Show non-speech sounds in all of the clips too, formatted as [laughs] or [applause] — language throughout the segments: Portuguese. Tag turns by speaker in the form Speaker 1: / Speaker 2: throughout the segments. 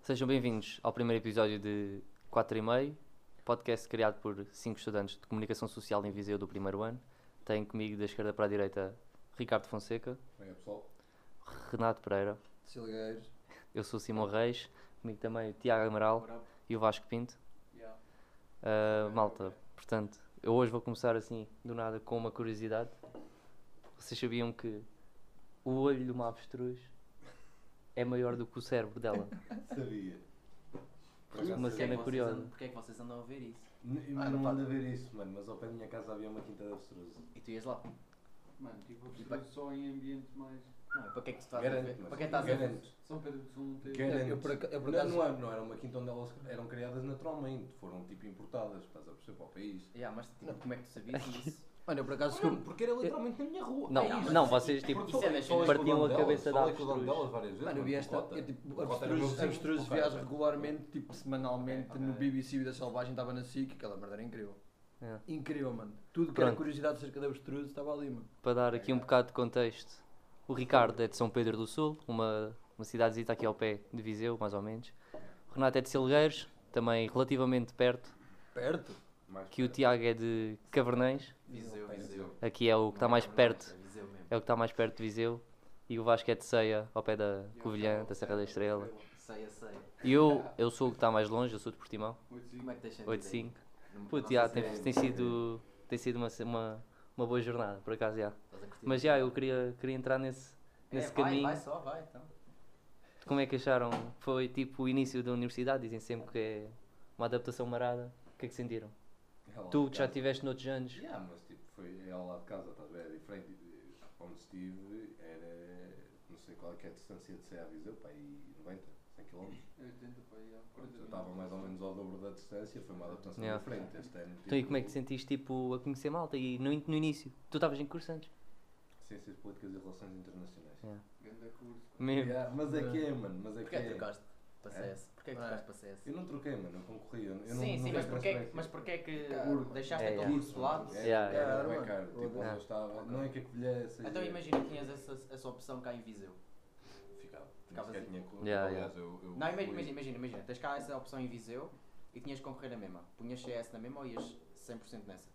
Speaker 1: Sejam bem-vindos ao primeiro episódio de 4 e meio, podcast criado por cinco estudantes de Comunicação Social em Viseu do primeiro ano. Tenho comigo da esquerda para a direita Ricardo Fonseca,
Speaker 2: Bem, é, pessoal.
Speaker 1: Renato Pereira,
Speaker 3: Silgueiros.
Speaker 1: eu sou o Simão Reis, comigo também o Tiago Amaral e o Vasco Pinto.
Speaker 3: Yeah.
Speaker 1: Uh, malta, portanto, eu hoje vou começar assim, do nada, com uma curiosidade. Vocês sabiam que o olho de uma avestruz é maior do que o cérebro
Speaker 4: [laughs]
Speaker 1: dela?
Speaker 2: Sabia. Por
Speaker 1: Uma
Speaker 2: acaso
Speaker 1: Uma
Speaker 2: sabia.
Speaker 1: cena curiosa.
Speaker 4: Porquê é que vocês andam a ver isso?
Speaker 2: N- eu
Speaker 3: Ah,
Speaker 2: não
Speaker 3: não
Speaker 2: ando a ver isso, mano, mas ao pé da minha casa havia uma quinta de avestruz.
Speaker 4: E tu ias lá?
Speaker 3: Mano, tipo,
Speaker 4: E pá-
Speaker 3: absurdo só em ambientes mais.
Speaker 4: Não, para que
Speaker 5: Tá
Speaker 4: é que tu estás a
Speaker 2: Garanto,
Speaker 4: ver?
Speaker 2: mas
Speaker 4: Para que estás a ver?
Speaker 2: garanto.
Speaker 3: São Pedro do Sul não teve.
Speaker 2: Garanto.
Speaker 5: eu por aca- eu por
Speaker 2: não,
Speaker 5: acaso-
Speaker 2: não, era, não era uma quinta onde elas eram criadas naturalmente, foram tipo importadas, estás a perceber, para o país.
Speaker 4: Yeah, mas tipo, como é que tu sabias isso?
Speaker 5: Olha, por acaso
Speaker 2: Não, porque era literalmente na minha rua.
Speaker 1: Não,
Speaker 2: É isso.
Speaker 1: não, vocês tipo
Speaker 2: Porque
Speaker 4: Isso é
Speaker 2: falei-
Speaker 4: das
Speaker 2: falei
Speaker 4: cenas-
Speaker 2: com o
Speaker 1: partiam
Speaker 2: dono
Speaker 1: a
Speaker 2: delas,
Speaker 1: cabeça da
Speaker 2: falei com o dono
Speaker 1: avestruz.
Speaker 2: delas várias vezes.
Speaker 5: Mano, eu
Speaker 2: com
Speaker 5: vi
Speaker 2: o
Speaker 5: esta.
Speaker 2: Cota.
Speaker 5: Eu,
Speaker 2: O é
Speaker 5: tipo,
Speaker 2: Cota era meu
Speaker 5: avestruz,
Speaker 2: vizinho,
Speaker 5: avestruz
Speaker 2: o Cota.
Speaker 5: viajo regularmente, tipo, semanalmente
Speaker 4: Ok,
Speaker 5: no
Speaker 4: ok.
Speaker 5: BBC da Selvagem, estava na SIC, aquela merda era incrível.
Speaker 1: É.
Speaker 5: Incrível, mano. Tudo que era
Speaker 1: Pronto.
Speaker 5: curiosidade acerca da avestruz estava ali, mano.
Speaker 1: Para dar aqui
Speaker 4: É.
Speaker 1: um bocado de contexto, o Ricardo é de São Pedro do Sul, uma, uma cidadezita aqui ao pé de Viseu, mais ou menos. O Renato é de Silgueiros, também relativamente perto.
Speaker 5: Perto?
Speaker 2: Mais
Speaker 1: Que o
Speaker 2: perto.
Speaker 1: Tiago é de Cavernães,
Speaker 4: Viseu, Viseu.
Speaker 1: aqui é o que está mais perto,
Speaker 4: Viseu mesmo.
Speaker 1: é o que está mais perto de Viseu. E o Vasco é de Ceia, ao pé da Covilhã, da Serra da Estrela.
Speaker 4: Sei, sei.
Speaker 1: E eu, eu sou o que está mais longe, eu sou de Portimão,
Speaker 4: Como é que deixa
Speaker 1: 8.5. Putz, já,
Speaker 4: é-
Speaker 1: tem, tem sido, tem sido uma, se- uma, uma boa jornada, por acaso, já. Mas já, eu queria, queria entrar nesse, nesse caminho.
Speaker 4: É, Vai, vai só, vai então.
Speaker 1: Como é que acharam? Foi tipo o início da universidade, dizem sempre que é uma adaptação marada. O que é que sentiram?
Speaker 2: É lá
Speaker 1: Tu
Speaker 2: de
Speaker 1: já
Speaker 2: casa.
Speaker 1: estiveste noutros anos.
Speaker 2: Yeah, mas tipo, foi é ao lado de casa, estás a ver? É diferente. E, Onde estive era, não sei qual é que é a distância de Ceia a Viseu, pá, aí 90, 100 km.
Speaker 4: [laughs] É,
Speaker 3: 80 para aí, há
Speaker 2: Pronto,
Speaker 3: 40
Speaker 2: eu estava mais ou menos ao dobro da distância, foi uma adaptação
Speaker 1: Yeah.
Speaker 2: diferente este ano.
Speaker 1: Então e como é que te
Speaker 2: tipo,
Speaker 1: sentiste tipo, a conhecer malta? E no, in- no início? Tu estavas em curso antes?
Speaker 2: Ciências Políticas e Relações Internacionais.
Speaker 1: Yeah.
Speaker 3: Ganda curso.
Speaker 1: Mesmo.
Speaker 2: Yeah, mas é que é, mano, mas é que
Speaker 4: Porquê é que
Speaker 2: é.
Speaker 4: trocaste para CS? Porquê é que
Speaker 5: É.
Speaker 4: trocaste para CS?
Speaker 2: Eu não troquei, mano, eu concorri. Eu, eu não,
Speaker 4: Sim,
Speaker 2: não
Speaker 4: sim,
Speaker 2: dei
Speaker 4: mas porquê, é que-
Speaker 2: transferência.
Speaker 4: mas porquê é que
Speaker 3: Cara,
Speaker 4: deixaste
Speaker 1: é,
Speaker 4: então
Speaker 1: é.
Speaker 4: curso de lado?
Speaker 2: É,
Speaker 1: Yeah,
Speaker 2: é,
Speaker 5: yeah.
Speaker 2: é, é
Speaker 5: Mano,
Speaker 2: caro. Tipo, onde
Speaker 5: yeah.
Speaker 2: eu estava, não é que a colher seja...
Speaker 4: Então imagina que tinhas essa, essa opção cá em Viseu.
Speaker 2: Ficava, nem
Speaker 4: Ficava
Speaker 2: sequer
Speaker 4: assim.
Speaker 2: tinha cor.
Speaker 1: Yeah,
Speaker 2: Aliás, eu- eu
Speaker 4: Não, imagina,
Speaker 2: fui-
Speaker 4: imagina, imagina, imagina. Tens cá essa opção em Viseu e tinhas que concorrer na mesma. Punhas CS na mesma ou ias 100% nessa?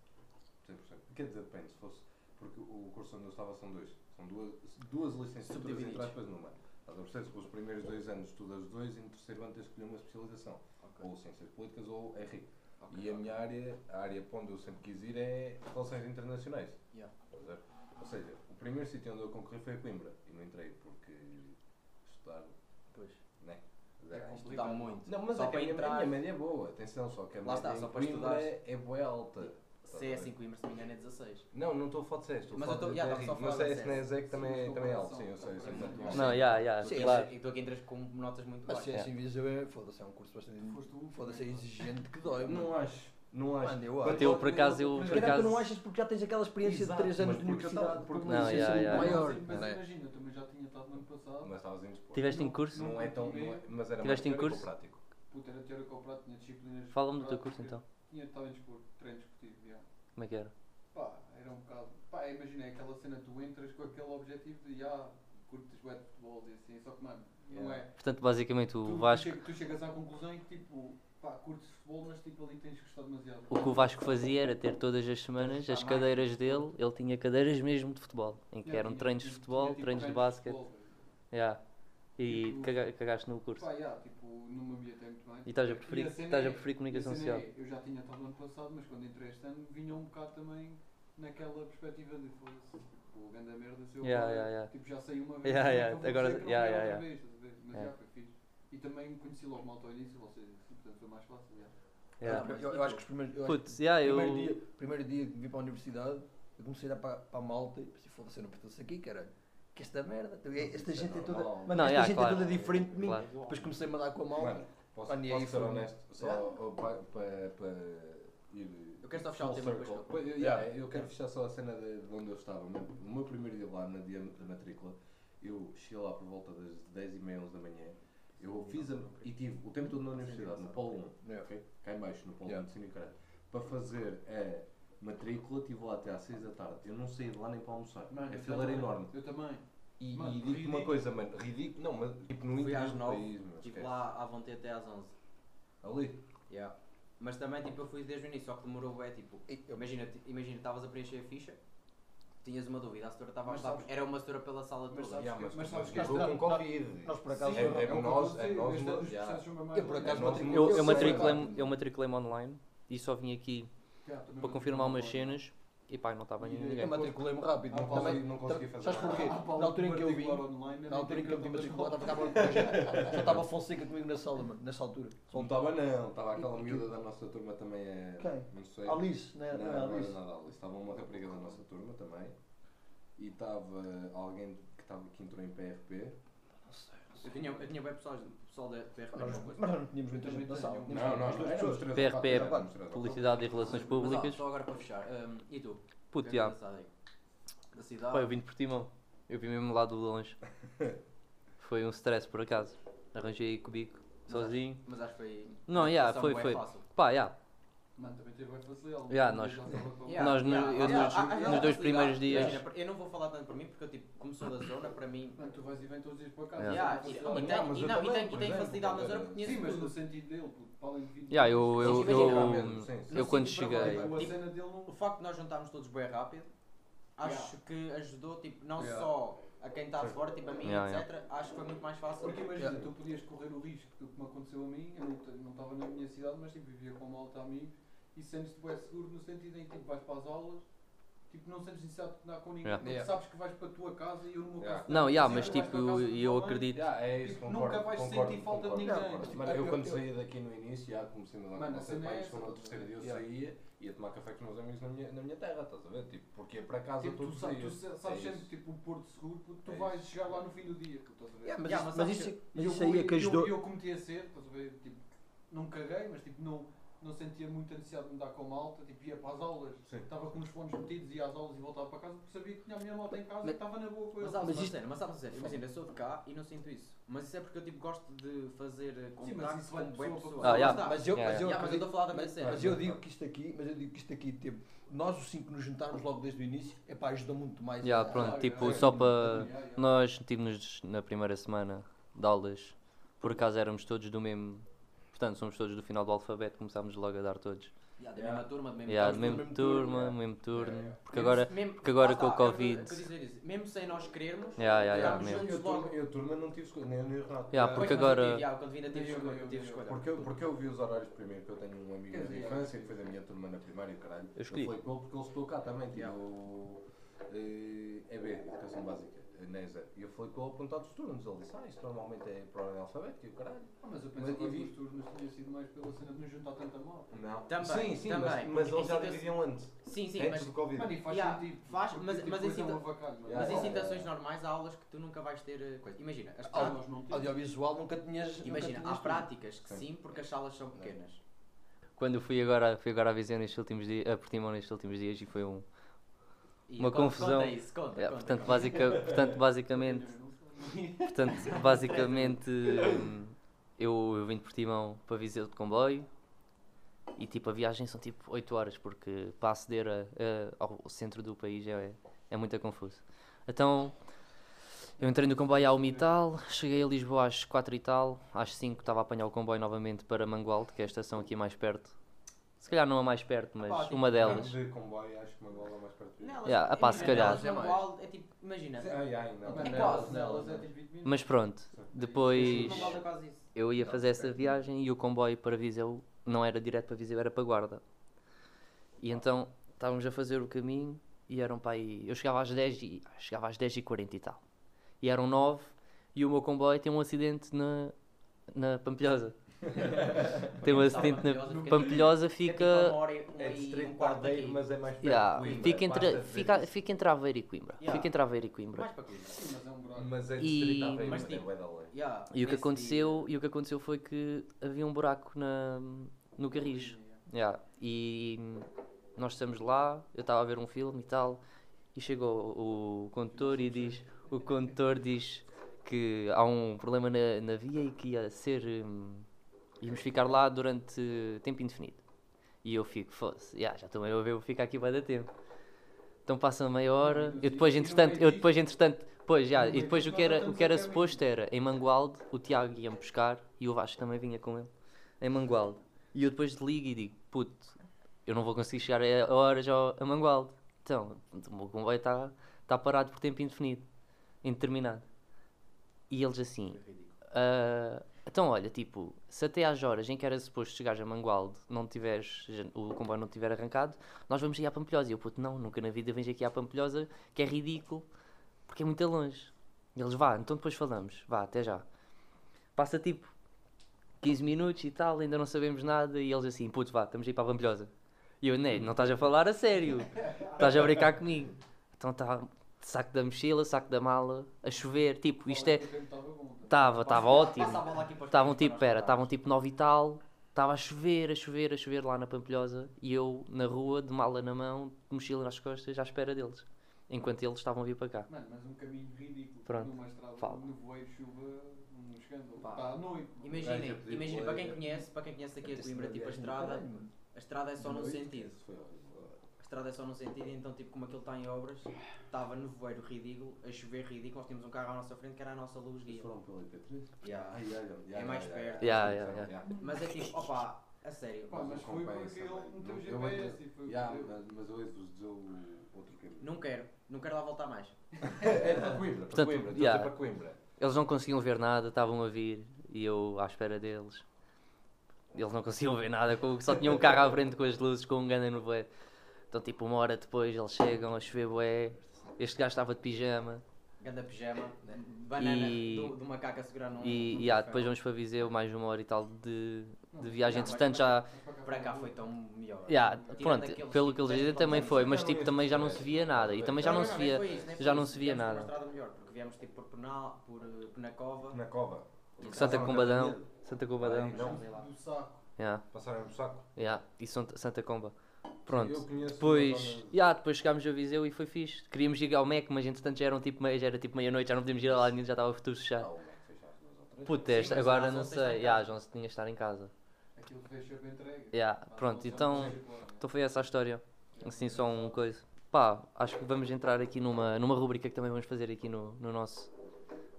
Speaker 2: 100%. Quer dizer, depende, se fosse. Porque o curso onde eu estava são dois. São duas, duas licenciaturas
Speaker 4: Subdivididos.
Speaker 2: entre aspas numa. Estás a perceber? Os primeiros dois anos estudas dois e no terceiro ano tens de escolher uma especialização. Ou ciências políticas ou RI. e a minha área, a área para onde eu sempre quis ir é relações internacionais.
Speaker 4: Yeah.
Speaker 2: Estás a ver? Ou seja, o primeiro sítio onde eu concorri foi a Coimbra. E não entrei porque estudar,
Speaker 4: Pois.
Speaker 2: né? Mas
Speaker 4: É
Speaker 2: era
Speaker 4: complicado.
Speaker 2: isto.
Speaker 4: Estudar muito.
Speaker 2: Não, mas
Speaker 4: Só
Speaker 2: é que
Speaker 4: para
Speaker 2: a minha,
Speaker 4: entrar.
Speaker 2: a minha média é boa. Atenção, só que a
Speaker 4: Lá
Speaker 2: média
Speaker 4: está,
Speaker 2: em
Speaker 4: só para
Speaker 2: Coimbra
Speaker 4: estudares.
Speaker 2: é, é boa alta. Estás a ver?
Speaker 4: CS em Coimbra, se não me engano, é 16.
Speaker 2: Não, não estou a falar de CS, estou
Speaker 4: Mas
Speaker 2: a
Speaker 4: eu
Speaker 2: falar
Speaker 4: estou-
Speaker 2: de
Speaker 4: já,
Speaker 2: TRI.
Speaker 4: estava só a
Speaker 2: Mas
Speaker 4: falar de
Speaker 2: CS, né,
Speaker 4: CS.
Speaker 2: Zé, que também,
Speaker 3: Sim,
Speaker 2: também é alto,
Speaker 3: sim,
Speaker 2: sim, eu sei, eu
Speaker 3: sim,
Speaker 2: sei.
Speaker 3: sim.
Speaker 2: muito bem.
Speaker 1: Não, já,
Speaker 4: Tu
Speaker 1: já,
Speaker 4: aqui
Speaker 1: Ah, claro.
Speaker 4: entras- E tu aqui entras com notas muito
Speaker 5: A
Speaker 6: Ah,
Speaker 4: baixas.
Speaker 5: ciência em Viseu é, foda-se, é um curso bastante.
Speaker 3: Foste o
Speaker 5: Foda-se, é
Speaker 3: último.
Speaker 5: exigente que dói, mano.
Speaker 2: Não acho, não acho.
Speaker 5: Mano, eu acho.
Speaker 2: Mas
Speaker 1: Eu,
Speaker 2: pode-
Speaker 1: por acaso, eu-
Speaker 2: mas
Speaker 5: Se
Speaker 1: por
Speaker 5: calhar tu
Speaker 1: acaso-
Speaker 5: não achas porque já tens aquela experiência de
Speaker 2: Exato,
Speaker 5: 3 anos
Speaker 2: mas
Speaker 5: de
Speaker 2: porque eu tava-
Speaker 5: universidade,
Speaker 2: porque
Speaker 5: porque
Speaker 1: não,
Speaker 5: uma exigência
Speaker 1: já,
Speaker 5: muito
Speaker 1: já, já.
Speaker 5: maior.
Speaker 3: Mas
Speaker 5: não é?
Speaker 3: imagina, também já tinha estado no ano passado.
Speaker 2: Mas estavas em desporto.
Speaker 1: Tiveste em curso?
Speaker 2: Não é tão. Não é, mas era
Speaker 1: Tiveste em
Speaker 2: mais teórico
Speaker 1: curso?
Speaker 2: ou prático.
Speaker 3: Puta, era teórico ao prato, tinha disciplinas.
Speaker 1: Fala-me do teu
Speaker 3: práticas.
Speaker 1: curso então.
Speaker 3: Tinha estado em desporto, treino desportivo, já.
Speaker 1: Como é que era?
Speaker 3: Pá, era um bocado. Pá, imagina, é aquela cena, tu entras com aquele objetivo de, ah, curtes bué de futebol e assim, só que, mano, não
Speaker 4: Yeah.
Speaker 3: é.
Speaker 1: Portanto, basicamente
Speaker 3: Tu-
Speaker 1: o
Speaker 3: tu
Speaker 1: Vasco,
Speaker 3: che- Tu, chegas à conclusão e que tipo, pá, curtes futebol, mas tipo ali tens que gostar demasiado.
Speaker 1: o que o Vasco fazia era ter todas as semanas as cadeiras dele, ele tinha cadeiras mesmo de futebol, em que
Speaker 3: Ah, Yeah,
Speaker 1: eram
Speaker 3: tinha-
Speaker 1: treinos de
Speaker 3: tinha-
Speaker 1: futebol,
Speaker 3: tinha, tipo,
Speaker 1: treinos de
Speaker 3: treinos
Speaker 1: basquete.
Speaker 3: futebol, velho.
Speaker 1: já. E
Speaker 3: Tipo-
Speaker 1: caga- cagaste no curso.
Speaker 3: Pá, yeah, tipo, num ambiente é muito bem.
Speaker 1: E estás a
Speaker 3: E
Speaker 1: preferir,
Speaker 3: cena
Speaker 1: estás
Speaker 3: é-
Speaker 1: a preferir comunicação
Speaker 3: e a cena
Speaker 1: social.
Speaker 3: é, eu já tinha estado no ano passado, mas quando entrei este ano vinha um bocado também naquela perspectiva de foda-se, tipo, o grande merda se eu
Speaker 1: Yeah,
Speaker 3: agora,
Speaker 1: yeah, yeah.
Speaker 3: tipo já saí uma
Speaker 1: Yeah,
Speaker 3: vez, como é que
Speaker 1: yeah,
Speaker 3: eu vou
Speaker 1: agora-
Speaker 3: dizer que não
Speaker 1: yeah,
Speaker 3: quero
Speaker 1: yeah,
Speaker 3: outra vez, estás a ver? mas
Speaker 1: Yeah.
Speaker 3: já foi fixe. E também conheci logo malta ao início, vocês, assim, portanto foi mais fácil. yeah.
Speaker 1: Yeah.
Speaker 5: Eu- Eu eu acho que os primeiros. eu acho
Speaker 1: Putz, yeah, Ah, eu.
Speaker 5: Primeiro dia, primeiro dia que vim para a universidade, eu comecei a olhar para, para a malta e pensei, foda-se, eu não pertenço aqui, caralho. Que esta merda, tu- esta
Speaker 2: isso é
Speaker 5: gente é toda.
Speaker 2: normal.
Speaker 5: Mano,
Speaker 1: Não,
Speaker 5: esta
Speaker 1: yeah,
Speaker 5: gente
Speaker 1: claro.
Speaker 5: é toda diferente de mim.
Speaker 1: Claro.
Speaker 5: Depois comecei a mandar com a
Speaker 2: Mano,
Speaker 5: malta.
Speaker 2: posso,
Speaker 5: Mano, e
Speaker 2: posso
Speaker 5: aí
Speaker 2: ser
Speaker 5: foi-
Speaker 2: honesto? Só
Speaker 5: Yeah.
Speaker 2: para. ir.
Speaker 4: Eu quero só fechar o
Speaker 2: full
Speaker 4: tema
Speaker 2: circle.
Speaker 4: depois que
Speaker 2: Pois,
Speaker 5: eu-
Speaker 2: yeah,
Speaker 5: Yeah.
Speaker 2: Eu quero fechar só a cena de, de onde eu estava. O meu- O meu primeiro dia lá na dia da matrícula, eu cheguei lá por volta das 10h30, 11 da manhã. Eu fiz a, e tive o tempo todo na universidade, no Polo 1.
Speaker 5: Yeah.
Speaker 2: ok? Cá em baixo, no Polo
Speaker 5: Yeah.
Speaker 2: 1 de Cine Para fazer a matrícula, estive lá até às 6 da tarde. Eu não saí de lá nem para almoçar.
Speaker 3: Mano,
Speaker 2: a
Speaker 3: eu
Speaker 2: fila era
Speaker 3: também-
Speaker 2: É enorme.
Speaker 3: Eu também.
Speaker 2: E,
Speaker 3: Mano,
Speaker 2: e digo-te uma
Speaker 3: ridículo.
Speaker 2: coisa, mano, ridículo. Não, mas tipo no
Speaker 4: Fui
Speaker 2: interior
Speaker 4: às
Speaker 2: do
Speaker 4: 9,
Speaker 2: país, meu,
Speaker 4: estive
Speaker 2: esquece.
Speaker 4: lá à vontade até às 11.
Speaker 2: Ali.
Speaker 4: Yeah. Mas também, tipo, eu fui desde o início, só que demorou bem, tipo, imagina, ti- imagina, estavas a preencher a ficha, tinhas uma dúvida, a setora estava a
Speaker 3: Mas
Speaker 4: ajudar,
Speaker 3: sabes-
Speaker 4: era uma setora pela sala
Speaker 3: Mas
Speaker 4: toda.
Speaker 3: sabes
Speaker 2: Yeah,
Speaker 3: que-
Speaker 2: mas
Speaker 3: mas
Speaker 2: tu- mas
Speaker 3: sabes que
Speaker 2: estou
Speaker 3: nós-
Speaker 2: com Covid.
Speaker 5: Nós por acaso.
Speaker 2: É- é-
Speaker 5: eu-
Speaker 3: o que eu
Speaker 2: nós-
Speaker 3: sei,
Speaker 2: é nós
Speaker 3: mas
Speaker 2: uma-
Speaker 3: todos os
Speaker 2: yeah.
Speaker 3: processos são bem mais-
Speaker 5: Eu, por acaso,
Speaker 3: Nós-
Speaker 5: matriculei-
Speaker 1: Eu,
Speaker 5: Eu
Speaker 1: eu
Speaker 5: sei,
Speaker 1: matriculei-me
Speaker 5: mano.
Speaker 1: eu matriculei-me online e só vim aqui
Speaker 3: Yeah, também
Speaker 1: para
Speaker 3: não-
Speaker 1: confirmar
Speaker 3: não-
Speaker 1: umas cenas e pá, não estava
Speaker 3: E
Speaker 1: nem
Speaker 3: daí-
Speaker 1: ninguém.
Speaker 5: Eu matriculei-me rápido.
Speaker 3: Ah,
Speaker 5: não
Speaker 3: pá,
Speaker 5: também-
Speaker 2: não consegui fazer
Speaker 5: Sabes
Speaker 2: nada.
Speaker 5: porquê?
Speaker 3: Ah, pá,
Speaker 5: Na altura em que eu vim.
Speaker 3: particular online,
Speaker 5: Na altura em que eu me
Speaker 3: cartão da
Speaker 5: matricular,
Speaker 3: escola.
Speaker 5: estava cá para Só estava a Fonseca comigo na sala, mano, nessa altura. Só
Speaker 2: Não
Speaker 5: um
Speaker 2: estava não, estava aquela miúda da nossa turma também é.
Speaker 5: Quem?
Speaker 2: Não sei.
Speaker 5: Alice, né?
Speaker 2: Não,
Speaker 5: Não, é
Speaker 2: não era
Speaker 5: Alice.
Speaker 2: nada Alice. Estava uma rapariga da nossa turma também. E estava alguém que, estava, que entrou em PRP.
Speaker 4: Eu tinha, eu tinha bem pessoal, pessoal da PRP,
Speaker 5: Nós-
Speaker 4: alguma coisa.
Speaker 5: Mas nós não tínhamos muita
Speaker 3: Eu
Speaker 5: gente na
Speaker 3: também
Speaker 5: sala.
Speaker 3: tenho.
Speaker 5: tínhamos
Speaker 2: Não, não, é
Speaker 5: duas
Speaker 2: não.
Speaker 5: pessoas.
Speaker 2: Éramos três ou
Speaker 1: PRP,
Speaker 2: quatro, éramos três ou quatro.
Speaker 1: Publicidade e Relações Públicas.
Speaker 4: Mas, ó, só agora para fechar, hum, e tu?
Speaker 1: Puto,
Speaker 4: O que é que
Speaker 1: já.
Speaker 4: pensas aí? Da cidade?
Speaker 1: Pá, eu vim de Portimão. Eu vim mesmo lá do longe. Foi um stress, por acaso. Arranjei cubico, sozinho.
Speaker 4: Mas acho que foi...
Speaker 1: Não, yeah,
Speaker 4: situação
Speaker 1: foi-
Speaker 4: bué
Speaker 1: foi.
Speaker 4: fácil.
Speaker 1: Pá, já.
Speaker 3: Mano, também teve bem facilidade.
Speaker 1: Yeah,
Speaker 3: Não
Speaker 1: nós-
Speaker 3: tens noção da-
Speaker 4: Yeah,
Speaker 1: Nós no- eu
Speaker 4: yeah, yeah,
Speaker 1: nos-
Speaker 4: ah, ah,
Speaker 1: nos
Speaker 4: ah,
Speaker 1: dois
Speaker 4: facilidade.
Speaker 1: primeiros dias-
Speaker 4: Imagina, Eu não vou falar tanto para mim, porque eu, tipo, como sou da zona, para mim...
Speaker 3: Mano, tu vais e vem todos os dias para casa.
Speaker 4: Yeah,
Speaker 3: não
Speaker 4: e-
Speaker 3: é
Speaker 4: e
Speaker 3: facilidade.
Speaker 4: tem-
Speaker 2: Yeah, mas
Speaker 4: e
Speaker 2: eu
Speaker 4: não, e
Speaker 2: também,
Speaker 4: tem-
Speaker 2: por
Speaker 4: e tem
Speaker 2: exemplo,
Speaker 4: facilidade na zona porque
Speaker 3: Sim,
Speaker 4: conheço
Speaker 3: mas no
Speaker 4: tudo.
Speaker 3: sentido dele, puto, para além de vídeo.
Speaker 1: Já, eu,
Speaker 4: Sim,
Speaker 1: eu,
Speaker 4: sim,
Speaker 1: eu,
Speaker 2: sim, sim.
Speaker 1: eu quando
Speaker 4: Sim, sim, para
Speaker 1: cheguei.
Speaker 4: lá,
Speaker 3: A
Speaker 4: Tipo-
Speaker 3: cena dele não.
Speaker 4: O facto de nós juntarmos todos bem rápido, acho que ajudou, tipo, não
Speaker 5: Yeah.
Speaker 4: só a quem está de fora, tipo a mim,
Speaker 1: Yeah,
Speaker 4: etc. Acho que foi muito mais fácil.
Speaker 3: Porque imagina,
Speaker 5: Yeah.
Speaker 3: tu podias correr o risco do que me aconteceu a mim, eu não te- não estava na minha cidade, mas tipo, vivia com malta amigos e sentes-te bem seguro no sentido em que tipo, vais para as aulas, tipo, não sentes necessidade de dar com ninguém,
Speaker 1: Yeah.
Speaker 3: porque
Speaker 5: Yeah.
Speaker 3: sabes que vais para a tua casa e eu no meu
Speaker 2: Yeah.
Speaker 3: caso.
Speaker 1: Não, já,
Speaker 3: sempre
Speaker 1: mas
Speaker 3: vais
Speaker 1: tipo,
Speaker 3: para a casa
Speaker 1: eu
Speaker 3: da
Speaker 1: eu
Speaker 3: mãe,
Speaker 1: acredito.
Speaker 2: Yeah, é isso,
Speaker 3: Tipo,
Speaker 2: concordo,
Speaker 3: nunca vais
Speaker 2: concordo,
Speaker 3: sentir falta de
Speaker 2: concordo,
Speaker 3: ninguém.
Speaker 2: concordo.
Speaker 5: Tipo,
Speaker 2: Mano, eu,
Speaker 5: eu-
Speaker 2: quando
Speaker 5: eu-
Speaker 2: saía daqui no início, já comecei a andar
Speaker 3: Mano,
Speaker 2: com
Speaker 3: a
Speaker 2: vocês
Speaker 3: cena é
Speaker 2: mais,
Speaker 3: essa,
Speaker 2: quando no
Speaker 3: estás a
Speaker 2: terceiro dia eu
Speaker 5: ver?
Speaker 2: saía, ia tomar café com os meus amigos na minha, na minha terra, estás a ver? Tipo, porque para casa
Speaker 3: Tipo, tu,
Speaker 2: todos
Speaker 3: sabes, tu
Speaker 2: dias.
Speaker 3: sa-
Speaker 2: É
Speaker 3: sabes sempre
Speaker 2: isso.
Speaker 3: tipo, o Porto Seguro, puto, tu
Speaker 2: É
Speaker 3: vais
Speaker 2: isso.
Speaker 3: chegar lá no fim do dia, É puto, estás a ver?
Speaker 5: Yeah, mas
Speaker 4: Yeah,
Speaker 5: isso-
Speaker 4: mas
Speaker 5: mas
Speaker 4: acho
Speaker 5: isso
Speaker 3: E
Speaker 5: mas
Speaker 3: eu,
Speaker 5: isso aí é que
Speaker 3: eu-
Speaker 5: ajudou.
Speaker 3: eu cometi a ser, estás a ver? Tipo, não caguei, mas tipo, não, não sentia muita necessidade de me dar com malta. Tipo, ia para as aulas,
Speaker 2: Sim.
Speaker 3: estava com os fones metidos, ia às aulas e voltava para casa porque sabia que tinha a minha malta em casa e
Speaker 4: Mas-
Speaker 3: estava na boa com
Speaker 4: Mas
Speaker 3: eles.
Speaker 4: sabes
Speaker 5: Mas
Speaker 4: uma
Speaker 5: isto-
Speaker 4: cena, mas sabes uma cena, imagina, eu sou de cá e não sinto isso. Mas isso é porque eu tipo, gosto de fazer eh,
Speaker 3: mas
Speaker 4: contacto
Speaker 3: isso vai
Speaker 4: com
Speaker 3: de
Speaker 4: bem
Speaker 3: pessoa para
Speaker 4: pessoas.
Speaker 1: pessoa. Ah,
Speaker 4: Lá
Speaker 1: yeah,
Speaker 4: está.
Speaker 5: Mas eu,
Speaker 1: Yeah,
Speaker 5: mas eu,
Speaker 4: yeah, Ah, mas é. eu
Speaker 5: acredito-
Speaker 4: estou a falar da minha
Speaker 5: mas,
Speaker 4: cena.
Speaker 5: mas eu digo que isto aqui, mas eu digo que isto aqui teve. Nós os cinco nos juntarmos logo desde o início, é pá, ajuda muito mais.
Speaker 1: Já,
Speaker 5: a-
Speaker 1: pronto,
Speaker 3: Ah,
Speaker 1: tipo,
Speaker 3: ok.
Speaker 1: só para.
Speaker 3: Yeah, yeah.
Speaker 1: Nós tínhamos na primeira semana de aulas, por acaso éramos todos do mesmo. Portanto, somos todos do final do alfabeto, começámos logo a dar todos.
Speaker 4: Yeah, da mesma turma, do mesmo
Speaker 1: Yeah, do
Speaker 4: curso, do
Speaker 1: mesmo,
Speaker 4: mesmo- É.
Speaker 1: turma,
Speaker 2: turno, yeah.
Speaker 1: mesmo turno.
Speaker 2: Yeah, yeah.
Speaker 1: Porque agora.
Speaker 4: mesmo-
Speaker 1: porque agora
Speaker 4: lá
Speaker 1: com o
Speaker 4: está, é que eu-
Speaker 1: Covid.
Speaker 4: é que eu quis dizer isso. Mesmo sem nós querermos,
Speaker 1: Yeah, yeah, yeah,
Speaker 4: estamos
Speaker 1: mesmo.
Speaker 2: Eu,
Speaker 4: juntos
Speaker 2: turma,
Speaker 4: logo.
Speaker 2: eu turma não tive escolha, nem nem o Renato.
Speaker 1: Yeah,
Speaker 4: Pois,
Speaker 1: porque
Speaker 4: mas eu
Speaker 1: agora-
Speaker 4: tive, yeah, quando vim na tive
Speaker 3: Eu- eu-
Speaker 4: escolha, tive
Speaker 3: eu-
Speaker 4: escolha.
Speaker 2: Porque eu, porque eu vi os horários primeiro, que eu tenho um amigo
Speaker 3: Quer
Speaker 2: de
Speaker 3: dizer,
Speaker 2: infância que fez a minha turma na primária e o caralho.
Speaker 1: Eu escolhi.
Speaker 2: falei com ele porque ele estudou cá também, tinha
Speaker 4: Yeah.
Speaker 2: o eh, EB, Educação Básica, eh, NESA. E eu falei com ele a perguntar dos turnos, ele disse, ah, isto normalmente é para o analfabeto e o caralho.
Speaker 3: Ah, mas eu
Speaker 2: Mas
Speaker 3: pensava
Speaker 2: e
Speaker 3: que
Speaker 2: vi-
Speaker 3: os turnos tinha sido mais pela cena de nos juntar tanta malta.
Speaker 2: Não.
Speaker 4: Também,
Speaker 2: sim, sim,
Speaker 4: também.
Speaker 2: mas, mas eles já
Speaker 4: Isso- é
Speaker 2: dividiam antes,
Speaker 4: Sim, sim, mas
Speaker 2: antes do Covid.
Speaker 3: Mano, e faz
Speaker 4: Yeah,
Speaker 3: sentido.
Speaker 4: faz,
Speaker 3: porque,
Speaker 4: mas-
Speaker 3: tipo,
Speaker 4: mas em
Speaker 3: depois é um
Speaker 4: situ-
Speaker 3: avacalho, mano.
Speaker 4: Mas
Speaker 2: Yeah,
Speaker 4: em
Speaker 2: yeah,
Speaker 4: situações
Speaker 2: yeah.
Speaker 4: normais há aulas que tu nunca vais ter eh, coisa. Imagina, as
Speaker 5: Ah,
Speaker 4: aulas,
Speaker 3: Aulas não temos.
Speaker 5: Audiovisual nunca tinhas. nunca
Speaker 4: imagina,
Speaker 5: tinhas
Speaker 4: há
Speaker 5: tudo.
Speaker 4: práticas que
Speaker 2: Sim.
Speaker 4: sim, porque as salas são pequenas.
Speaker 1: Quando eu fui agora, fui agora à Viseu nestes últimos dias, a Portimão nestes últimos dias e foi um.
Speaker 4: E
Speaker 1: Uma
Speaker 4: con-
Speaker 1: confusão.
Speaker 4: Conta isso, conta,
Speaker 1: Yeah,
Speaker 4: conta,
Speaker 1: É, portanto,
Speaker 4: conta.
Speaker 1: basica- portanto, basicamente. Portanto, basicamente hum, eu, eu vim de Portimão para Viseu de comboio e tipo a viagem são tipo 8 horas porque para aceder a- a- ao centro do país é, é muito confuso. Então eu entrei no comboio à 1 e tal, cheguei a Lisboa às 4 e tal, às 5 estava a apanhar o comboio novamente para Mangualde, que é a estação aqui mais perto. Se calhar não a mais perto, mas
Speaker 4: Pá, tipo,
Speaker 1: uma delas.
Speaker 2: De comboio, acho que uma bola é mais perto de
Speaker 4: Nelas,
Speaker 1: Yeah, ah pá, se
Speaker 4: imagina,
Speaker 1: calhar.
Speaker 4: nelas,
Speaker 5: É mais.
Speaker 4: manual, é tipo, imagina,
Speaker 2: Ai, ai, não.
Speaker 3: Mano,
Speaker 4: É
Speaker 3: nelas-
Speaker 4: quase,
Speaker 3: nelas
Speaker 5: nelas.
Speaker 3: é tipo 20 minutos.
Speaker 1: Mas pronto,
Speaker 3: Sim,
Speaker 1: depois.
Speaker 4: não vale quase isso.
Speaker 1: eu ia fazer essa viagem e o comboio para Viseu não era direto para Viseu, era para Guarda. E então estávamos a fazer o caminho e eram para aí. Eu chegava às 10 e chegava às 10 e 40 e tal. E eram 9 e o meu comboio tem um acidente na, na Pampilhosa. tem um acidente na Pampilhosa,
Speaker 4: É tipo
Speaker 1: fica.
Speaker 4: uma hora e- uma
Speaker 2: É
Speaker 4: e um
Speaker 2: distrito
Speaker 4: quarto
Speaker 2: Pardeiro,
Speaker 4: aqui.
Speaker 2: mas é mais perto é
Speaker 1: Yeah,
Speaker 2: de Coimbra.
Speaker 1: fica, entre,
Speaker 2: basta dizer
Speaker 1: fica,
Speaker 2: isso.
Speaker 1: fica entre Aveiro e Coimbra.
Speaker 4: Yeah.
Speaker 1: Fica entre Aveiro e Coimbra.
Speaker 4: Mais para Coimbra.
Speaker 3: Sim, mas é um buraco.
Speaker 2: Mas é
Speaker 1: E-
Speaker 2: distrito Aveiro,
Speaker 4: Mas
Speaker 2: mas é
Speaker 4: tipo-
Speaker 2: bué da lei.
Speaker 4: Yeah, tipo
Speaker 1: E o, que
Speaker 4: nesse
Speaker 1: aconteceu, e o que aconteceu foi que havia um buraco na, no Carris. Yeah. E nós estamos lá, eu estava a ver um filme e tal, e chegou o condutor e diz, o condutor diz que há um problema na, na via e que ia ser, hum, íamos ficar lá durante tempo indefinido. E eu fico, fosse, yeah, já estou eu a ver, eu fico aqui vai dar tempo. Então passa meia hora.
Speaker 3: Não,
Speaker 1: Eu depois,
Speaker 3: e não
Speaker 1: entretanto,
Speaker 3: é
Speaker 1: eu
Speaker 3: disto.
Speaker 1: depois, entretanto, depois já.
Speaker 3: Não
Speaker 1: E
Speaker 3: é
Speaker 1: depois o
Speaker 3: disto,
Speaker 1: que
Speaker 3: nós
Speaker 1: era, o
Speaker 3: estamos
Speaker 1: que era
Speaker 3: a caminho.
Speaker 1: suposto era em Mangualde, o Tiago ia-me buscar e o Vasco também vinha com ele. Em Mangualde. E eu depois ligo e digo, puto, eu não vou conseguir chegar a horas ao- a Mangualde. Então, o meu comboio está tá parado por tempo indefinido, indeterminado. E eles assim, "Ah, então olha, tipo, se até às horas em que era suposto chegares a Mangualde não tiveres, o comboio não tiver arrancado, nós vamos ir à Pampilhosa. E eu, puto, não, nunca na vida vens aqui à Pampilhosa, que é ridículo, porque é muito longe. E eles, vá, então depois falamos, vá, até já. Passa tipo 15 minutos e tal, ainda não sabemos nada, e eles assim, puto, vá, estamos a ir para a Pampilhosa. E eu, Ney, não estás a falar a sério, estás a brincar comigo. Então está saco da mochila, saco da mala, a chover, tipo, isto é. Estava, estava ótimo. Estavam tipo, pera, estavam tipo 9 e tal, estava a chover, a chover, a chover lá na Pampilhosa e eu na rua, de mala na mão, de mochila nas costas, à espera deles, enquanto eles estavam a vir para cá.
Speaker 3: Mano, mas um caminho ridículo.
Speaker 1: Pronto,
Speaker 3: Numa estrada,
Speaker 1: fala.
Speaker 3: nevoeiro, chuva, um escândalo.
Speaker 4: Pá.
Speaker 3: Está à noite. mano.
Speaker 4: Imaginem,
Speaker 2: Gajo a pedir
Speaker 4: imaginem, para quem
Speaker 2: boleia.
Speaker 4: conhece, para quem conhece daqui a Coimbra, tipo a estrada, a estrada é só
Speaker 2: Uhum.
Speaker 4: num sentido. A estrada é só num sentido, então tipo como aquilo está em obras, estava nevoeiro ridículo, a chover ridículo, nós tínhamos um carro à nossa frente que era a nossa luz guia.
Speaker 2: Foram pelo IP3?
Speaker 4: Yeah.
Speaker 2: É
Speaker 4: mais perto.
Speaker 1: Yeah, yeah,
Speaker 4: Mas
Speaker 2: [laughs]
Speaker 4: é tipo, opa, a sério,
Speaker 3: Pá, mas foi porque ele não teve GPS e foi porque- É,
Speaker 2: mas, mas eu hei-vos dizer o outro caminho.
Speaker 4: não quero, não quero lá voltar mais.
Speaker 2: É para Coimbra, para
Speaker 1: Portanto,
Speaker 2: Coimbra, estou a
Speaker 1: yeah.
Speaker 3: é
Speaker 2: dizer para Coimbra.
Speaker 1: Eles não conseguiam ver nada, estavam a vir e eu à espera deles. Eles não conseguiam ver nada, com- só tinham um carro à frente com as luzes, com um ganda no bué. Então, tipo, uma hora depois eles chegam a chover bué. Este gajo estava de pijama
Speaker 4: Ganda pijama,
Speaker 2: Né?
Speaker 4: banana
Speaker 1: E-
Speaker 4: do, do macaco a segurar num.
Speaker 1: e,
Speaker 4: num
Speaker 1: e ah,
Speaker 4: troféu.
Speaker 1: depois vamos para Viseu, mais uma hora e tal de, de
Speaker 4: Não,
Speaker 1: viagem.
Speaker 4: mas-
Speaker 1: Entretanto, já,
Speaker 3: Mas
Speaker 4: Para cá foi tão melhor.
Speaker 1: Yeah,
Speaker 4: Tirando
Speaker 1: pronto,
Speaker 4: aqueles
Speaker 1: pelo
Speaker 4: tipo
Speaker 1: que eles
Speaker 4: dez
Speaker 1: dizem também
Speaker 4: quilómetros.
Speaker 1: foi, mas
Speaker 2: Não,
Speaker 1: tipo
Speaker 2: esse
Speaker 1: também já não
Speaker 2: não é.
Speaker 1: se via nada e também já
Speaker 2: Não,
Speaker 1: não
Speaker 2: não,
Speaker 1: se
Speaker 2: não
Speaker 1: via.
Speaker 4: foi isso, nem foi
Speaker 1: já
Speaker 4: isso.
Speaker 1: não se via
Speaker 4: Viemos por uma
Speaker 1: nada.
Speaker 4: estrada melhor, porque viemos tipo por Penal, por, eh, Penacova.
Speaker 2: Na cova.
Speaker 1: Santa
Speaker 2: Passaram
Speaker 1: Combadão,
Speaker 2: caminho,
Speaker 1: Santa Combadão,
Speaker 2: Não.
Speaker 3: Do saco.
Speaker 1: yeah,
Speaker 2: Passaram no saco.
Speaker 1: yeah, e Santa Santa Comba.
Speaker 2: Eu
Speaker 1: Pronto,
Speaker 2: conheço uma
Speaker 1: depois,
Speaker 2: zona-
Speaker 1: yeah, depois chegámos a Viseu e foi fixe. Queríamos ir ao Mac, mas entretanto já eram tipo meia, já era tipo meia-noite, já não podíamos ir lá, nenhum, já estava tudo
Speaker 2: Ah,
Speaker 1: fechado.
Speaker 2: o Mac fechou às duas ou três.
Speaker 1: Puta,
Speaker 4: Sim,
Speaker 1: este-
Speaker 4: mas
Speaker 1: agora
Speaker 4: às
Speaker 1: não
Speaker 4: onze tens de estar
Speaker 1: sei,
Speaker 4: em
Speaker 1: yeah,
Speaker 4: casa.
Speaker 1: João tinha de estar em casa.
Speaker 3: Aquilo fechou com entrega.
Speaker 1: Yeah,
Speaker 3: Pá,
Speaker 1: pronto,
Speaker 3: não
Speaker 1: então,
Speaker 3: sabes agora,
Speaker 1: então foi essa a história.
Speaker 3: já.
Speaker 1: Assim, só um coisa. Pá, acho que vamos entrar aqui numa, numa rubrica que também vamos fazer aqui no, no nosso,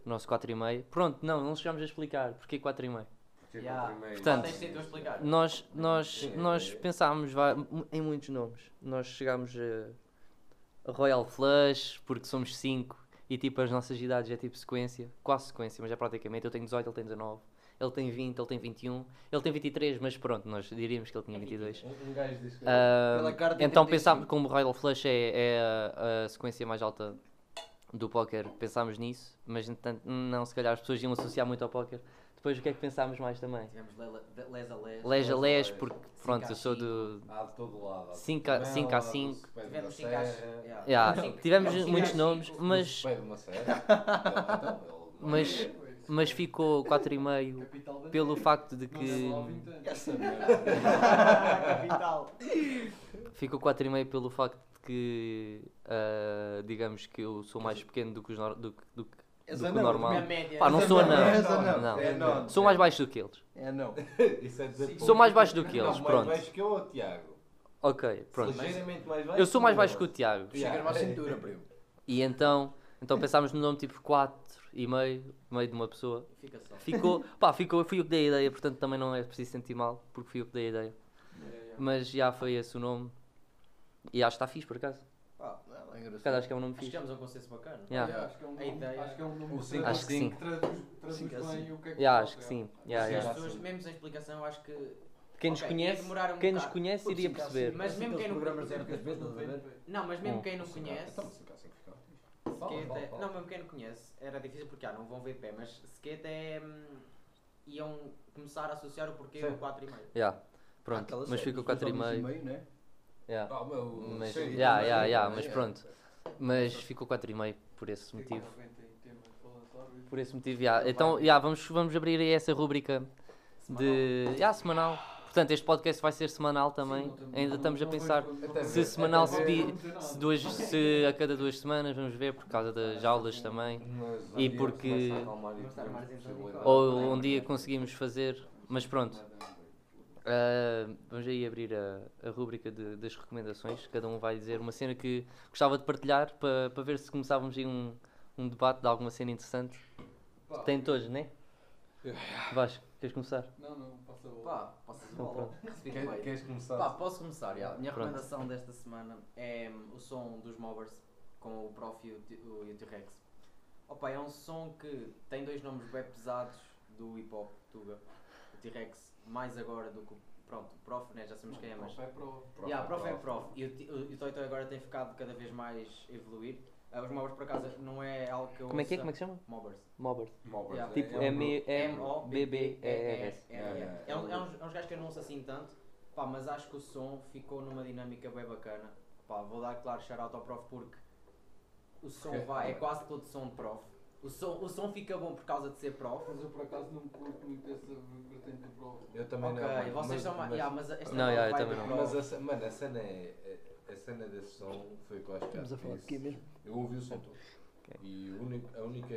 Speaker 1: no nosso 4 e meio. Pronto, não, não chegámos a explicar porque 4 e meio.
Speaker 2: Porque
Speaker 4: Yeah.
Speaker 2: quatro e meia-
Speaker 1: Portanto,
Speaker 4: tens de ser tu a explicar.
Speaker 1: Nós, nós,
Speaker 2: Sim,
Speaker 1: nós
Speaker 2: é-
Speaker 1: pensámos va- mu- em muitos nomes. Nós chegámos a a Royal Flush porque somos 5 e tipo as nossas idades é tipo sequência, quase sequência, mas é praticamente. Eu tenho 18, ele tem 19, ele tem 20, ele tem 21, ele tem 23, mas pronto, nós diríamos que ele tinha 22.
Speaker 2: Um, um gajo disse que
Speaker 1: Ah,
Speaker 5: Pela cara tem
Speaker 1: então
Speaker 5: 35.
Speaker 1: pensámos, como o Royal Flush é, é a, a sequência mais alta do póquer, pensámos nisso, mas entretanto, não, se calhar as pessoas iam associar muito ao póquer. Depois o que é que pensámos mais também?
Speaker 4: Tivemos Lela- de- Lesa Lesa.
Speaker 1: Leja
Speaker 2: Lés,
Speaker 1: Lés, porque
Speaker 4: Cinco
Speaker 1: pronto,
Speaker 4: a
Speaker 1: eu sou
Speaker 4: cinco.
Speaker 1: do.
Speaker 2: há é de todo lado. assim. há de
Speaker 1: Cinco a-
Speaker 2: Portimão,
Speaker 1: cinco a
Speaker 2: há do
Speaker 1: cinco.
Speaker 2: Cepé de uma
Speaker 4: Tivemos 5 às.
Speaker 2: serra,
Speaker 4: yeah.
Speaker 1: Yeah,
Speaker 4: Cinco-
Speaker 1: tivemos
Speaker 4: tivemos cinco
Speaker 1: muitos
Speaker 4: às
Speaker 1: nomes,
Speaker 4: cinco.
Speaker 2: do
Speaker 1: mas,
Speaker 2: Cepé de uma
Speaker 5: [laughs]
Speaker 2: serra. Então, ele-
Speaker 1: mas, mas ficou 4,5
Speaker 3: Capital da
Speaker 1: pelo
Speaker 3: América.
Speaker 1: facto de
Speaker 3: Não deve lá ao
Speaker 1: que.
Speaker 3: vinte anos.
Speaker 4: Capital.
Speaker 1: Ficou 4,5 pelo facto de que. ah, digamos que eu sou mais pequeno do que, os nor- do que- do que-
Speaker 5: És
Speaker 1: do que o
Speaker 5: anão,
Speaker 1: normal.
Speaker 4: Minha média.
Speaker 1: Pá, não sou
Speaker 5: É
Speaker 1: anão.
Speaker 5: anão.
Speaker 1: Não.
Speaker 5: É anão.
Speaker 1: Sou mais baixo do que eles.
Speaker 5: É anão.
Speaker 2: Isso é dizer
Speaker 1: Sou mais baixo do que
Speaker 2: Não,
Speaker 1: eles,
Speaker 2: mais
Speaker 1: pronto.
Speaker 2: baixo que eu, Tiago.
Speaker 1: Ok, pronto.
Speaker 2: Ligeiramente mais baixo.
Speaker 1: Eu sou mais
Speaker 2: que
Speaker 1: baixo
Speaker 2: eu.
Speaker 1: que o Tiago.
Speaker 5: Tu chegas
Speaker 2: Yeah.
Speaker 5: mais cintura, primo.
Speaker 1: E então, então pensámos no nome tipo 4 e meio, meio de uma pessoa.
Speaker 4: Fica só.
Speaker 1: Ficou, pá, ficou, fui eu que dei a ideia, portanto também não é preciso sentir mal, porque fui eu que dei a ideia. Mas já foi esse o nome. E acho que está fixe, por acaso.
Speaker 5: Pá, não, é
Speaker 1: Por acaso acho
Speaker 5: engraçado.
Speaker 1: que é um nome
Speaker 4: Acho que
Speaker 1: fixe.
Speaker 4: tivemos um consenso bacana.
Speaker 1: Yeah.
Speaker 3: Yeah, Acho que é um
Speaker 4: A
Speaker 3: nome-
Speaker 4: ideia-
Speaker 3: acho que é um nome
Speaker 2: O
Speaker 3: que
Speaker 2: cinco
Speaker 3: traduz-
Speaker 1: a cinco.
Speaker 3: traduz- traduz
Speaker 5: Cinco a
Speaker 3: bem
Speaker 5: cinco.
Speaker 3: o que é que
Speaker 1: Yeah,
Speaker 3: falta,
Speaker 1: acho que
Speaker 3: é.
Speaker 1: sim. Yeah,
Speaker 4: Sim,
Speaker 1: yeah.
Speaker 4: As pessoas, mesmo sem explicação, acho que.
Speaker 1: Quem nos
Speaker 4: Ok, ia
Speaker 1: conhece,
Speaker 4: demorar um
Speaker 1: quem nos
Speaker 4: bocado.
Speaker 1: conhece iria
Speaker 5: Putz,
Speaker 1: perceber.
Speaker 4: Mas mesmo quem não-
Speaker 5: programas eram
Speaker 3: Porque as
Speaker 5: das vezes,
Speaker 3: pessoas
Speaker 5: estás a ver?
Speaker 4: Não, mas mesmo
Speaker 1: Hum.
Speaker 4: quem não
Speaker 2: Cinco a-
Speaker 4: conhece.
Speaker 2: Então, cinco a cinco fica ótimo.
Speaker 4: skate
Speaker 2: Fala, fala,
Speaker 4: é- Não,
Speaker 2: fala.
Speaker 4: mesmo quem não conhece, era difícil porque ah, não vão ver de pé, mas skate é. hum, iam começar a associar o porquê
Speaker 2: Sim.
Speaker 4: do 4,5.
Speaker 1: Yeah.
Speaker 6: Ah,
Speaker 1: Pronto,
Speaker 5: Aquela
Speaker 1: mas
Speaker 5: série,
Speaker 1: ficou
Speaker 5: os dois
Speaker 1: 4,5.
Speaker 5: homens e meio, né?
Speaker 1: Yeah.
Speaker 2: Ah, meu,
Speaker 1: Mas-
Speaker 2: sim,
Speaker 1: yeah,
Speaker 2: também,
Speaker 1: yeah, yeah,
Speaker 2: né?
Speaker 1: mas
Speaker 2: É.
Speaker 1: pronto. Mas ficou 4,5 por esse
Speaker 3: Porque
Speaker 1: motivo.
Speaker 3: alguém tem tema de falar sobre isso.
Speaker 1: Por esse motivo, yeah. Então, yeah, vamos, vamos abrir aí essa rúbrica de. Yeah, semanal. Portanto, este podcast vai ser semanal também.
Speaker 3: Sim, não tem-
Speaker 1: Ainda
Speaker 3: não-
Speaker 1: estamos a
Speaker 3: não foi-
Speaker 1: pensar
Speaker 3: não
Speaker 2: Até
Speaker 3: foi-
Speaker 1: se
Speaker 2: ver,
Speaker 1: semanal
Speaker 2: até
Speaker 1: se,
Speaker 2: ver.
Speaker 1: di- se duas, se a cada duas semanas, vamos ver, por causa das aulas também.
Speaker 2: Mas
Speaker 1: E
Speaker 2: um dia
Speaker 1: porque-
Speaker 2: começa a acalmar e
Speaker 4: Mas está
Speaker 2: tivemos
Speaker 4: mais em
Speaker 1: um
Speaker 2: possibilidade.
Speaker 1: Ou um dia conseguimos fazer, mas pronto. Ah, vamos aí abrir a, a rúbrica de- das recomendações. Cada um vai dizer uma cena que gostava de partilhar para pa ver se começávamos aí um, um debate de alguma cena interessante.
Speaker 3: Pá,
Speaker 1: Tem todos, né?
Speaker 5: Yeah.
Speaker 1: Vasco, queres começar?
Speaker 3: Não, não, passa a bola.
Speaker 4: Pá, posso
Speaker 1: Então,
Speaker 4: falar?
Speaker 2: Quer- Queres começar?
Speaker 4: Pá, posso começar, já. A minha
Speaker 1: Pronto.
Speaker 4: recomendação desta semana é hum, o som dos Movers com o Prof e o T- o e o T-Rex. Opa, é um som que tem dois nomes bem pesados do hip hop Tuga. O T-Rex mais agora do que o. Pronto, o Prof, né? Já sabemos quem é, mas.
Speaker 3: Vai para o-
Speaker 4: Yeah, prof é
Speaker 2: então.
Speaker 4: prof. E o, ti- o, e o Toy Toy agora tem ficado cada vez mais a evoluir. Ah, os Mobbers, por acaso, não é algo que eu.
Speaker 1: Como é que é?
Speaker 4: ouça.
Speaker 1: Como é que se chama?
Speaker 4: Mobbers.
Speaker 1: Mobber.
Speaker 2: Mobbers,
Speaker 4: Yeah.
Speaker 1: Tipo
Speaker 2: um grupo.
Speaker 1: M-O-B-B-E-R-S.
Speaker 2: Yeah, yeah,
Speaker 4: É um-
Speaker 2: é
Speaker 4: é
Speaker 2: um
Speaker 4: uns é uns gajos que eu não ouço assim tanto, pá, mas acho que o som ficou numa dinâmica bem bacana. Pá, vou dar claro shout-out ao prof porque o som
Speaker 2: Porque-
Speaker 4: vai, é quase todo som de prof. O som, o som fica bom por causa de ser prof.
Speaker 3: Mas eu por acaso não me curto muito essa vertente do Pro.
Speaker 2: Eu também
Speaker 4: Ok,
Speaker 2: não. mano,
Speaker 4: vocês
Speaker 2: mas-
Speaker 4: são mais.
Speaker 2: mas-
Speaker 4: yeah, mas esta
Speaker 1: Não, yeah, eu
Speaker 4: vai
Speaker 1: também
Speaker 4: do
Speaker 1: não.
Speaker 4: prof.
Speaker 2: Mas a, ce- mano, a cena é. A, a cena desse som foi o que eu acho que
Speaker 5: Estamos
Speaker 2: há
Speaker 5: a falar de
Speaker 2: disse.
Speaker 5: quê mesmo?
Speaker 2: Eu ouvi o som todo. E o único- a única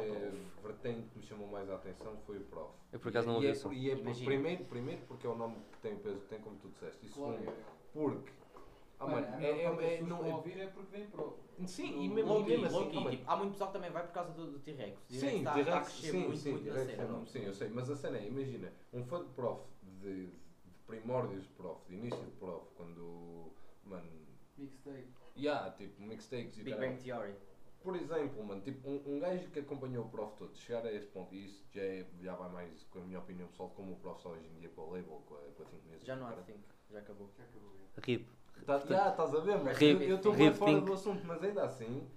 Speaker 2: vertente que me chamou mais a atenção foi o prof.
Speaker 1: Eu, por acaso,
Speaker 2: E-
Speaker 1: não
Speaker 2: e
Speaker 1: ouvi
Speaker 2: é
Speaker 1: o som.
Speaker 2: por- E é por-
Speaker 4: Imagina.
Speaker 2: primeiro, primeiro porque é o nome que tem o peso que tem, como tu disseste. E
Speaker 3: Claro.
Speaker 2: segundo, porque. Ah, mano,
Speaker 3: a
Speaker 2: é,
Speaker 3: maior parte das
Speaker 2: é, é,
Speaker 3: pessoas
Speaker 2: não,
Speaker 3: que vão
Speaker 2: é,
Speaker 3: ouvir é porque vem Pro.
Speaker 2: Sim, e mesmo,
Speaker 4: Low
Speaker 2: e mesmo
Speaker 4: key,
Speaker 2: assim.
Speaker 4: low
Speaker 2: ah,
Speaker 4: key.
Speaker 2: mano,
Speaker 4: Tipo, há muito pessoal que também vai por causa do, do T-Rex. O T-Rex
Speaker 2: Sim,
Speaker 4: está, está a
Speaker 2: T-Rex,
Speaker 4: crescer
Speaker 2: sim,
Speaker 4: muito,
Speaker 2: sim,
Speaker 4: muito na
Speaker 2: T-Rex é
Speaker 4: cena.
Speaker 2: um-
Speaker 4: mano.
Speaker 2: sim, eu sei, mas a cena é, imagina, um fã de prof, de, de primórdios de prof, de início de prof, quando, mano,
Speaker 3: Mixtape.
Speaker 2: yeah, tipo, mixtapes e
Speaker 4: Big
Speaker 2: caralho.
Speaker 4: Bang Theory.
Speaker 2: Por exemplo, mano, tipo, um, um gajo que acompanhou o prof todo, chegar a esse ponto, e isso já, é- já vai mais, com a minha opinião pessoal, como o prof só hoje em dia para o label, com a, com a Think Music.
Speaker 4: Já não há assim.
Speaker 2: cara.
Speaker 4: think, já acabou.
Speaker 3: Já acabou. é.
Speaker 1: Rip.
Speaker 2: Tá, já, estás a ver, mas
Speaker 1: Rip-
Speaker 2: eu estou
Speaker 1: Rip
Speaker 2: bem fora
Speaker 1: Think.
Speaker 2: do assunto, mas ainda assim,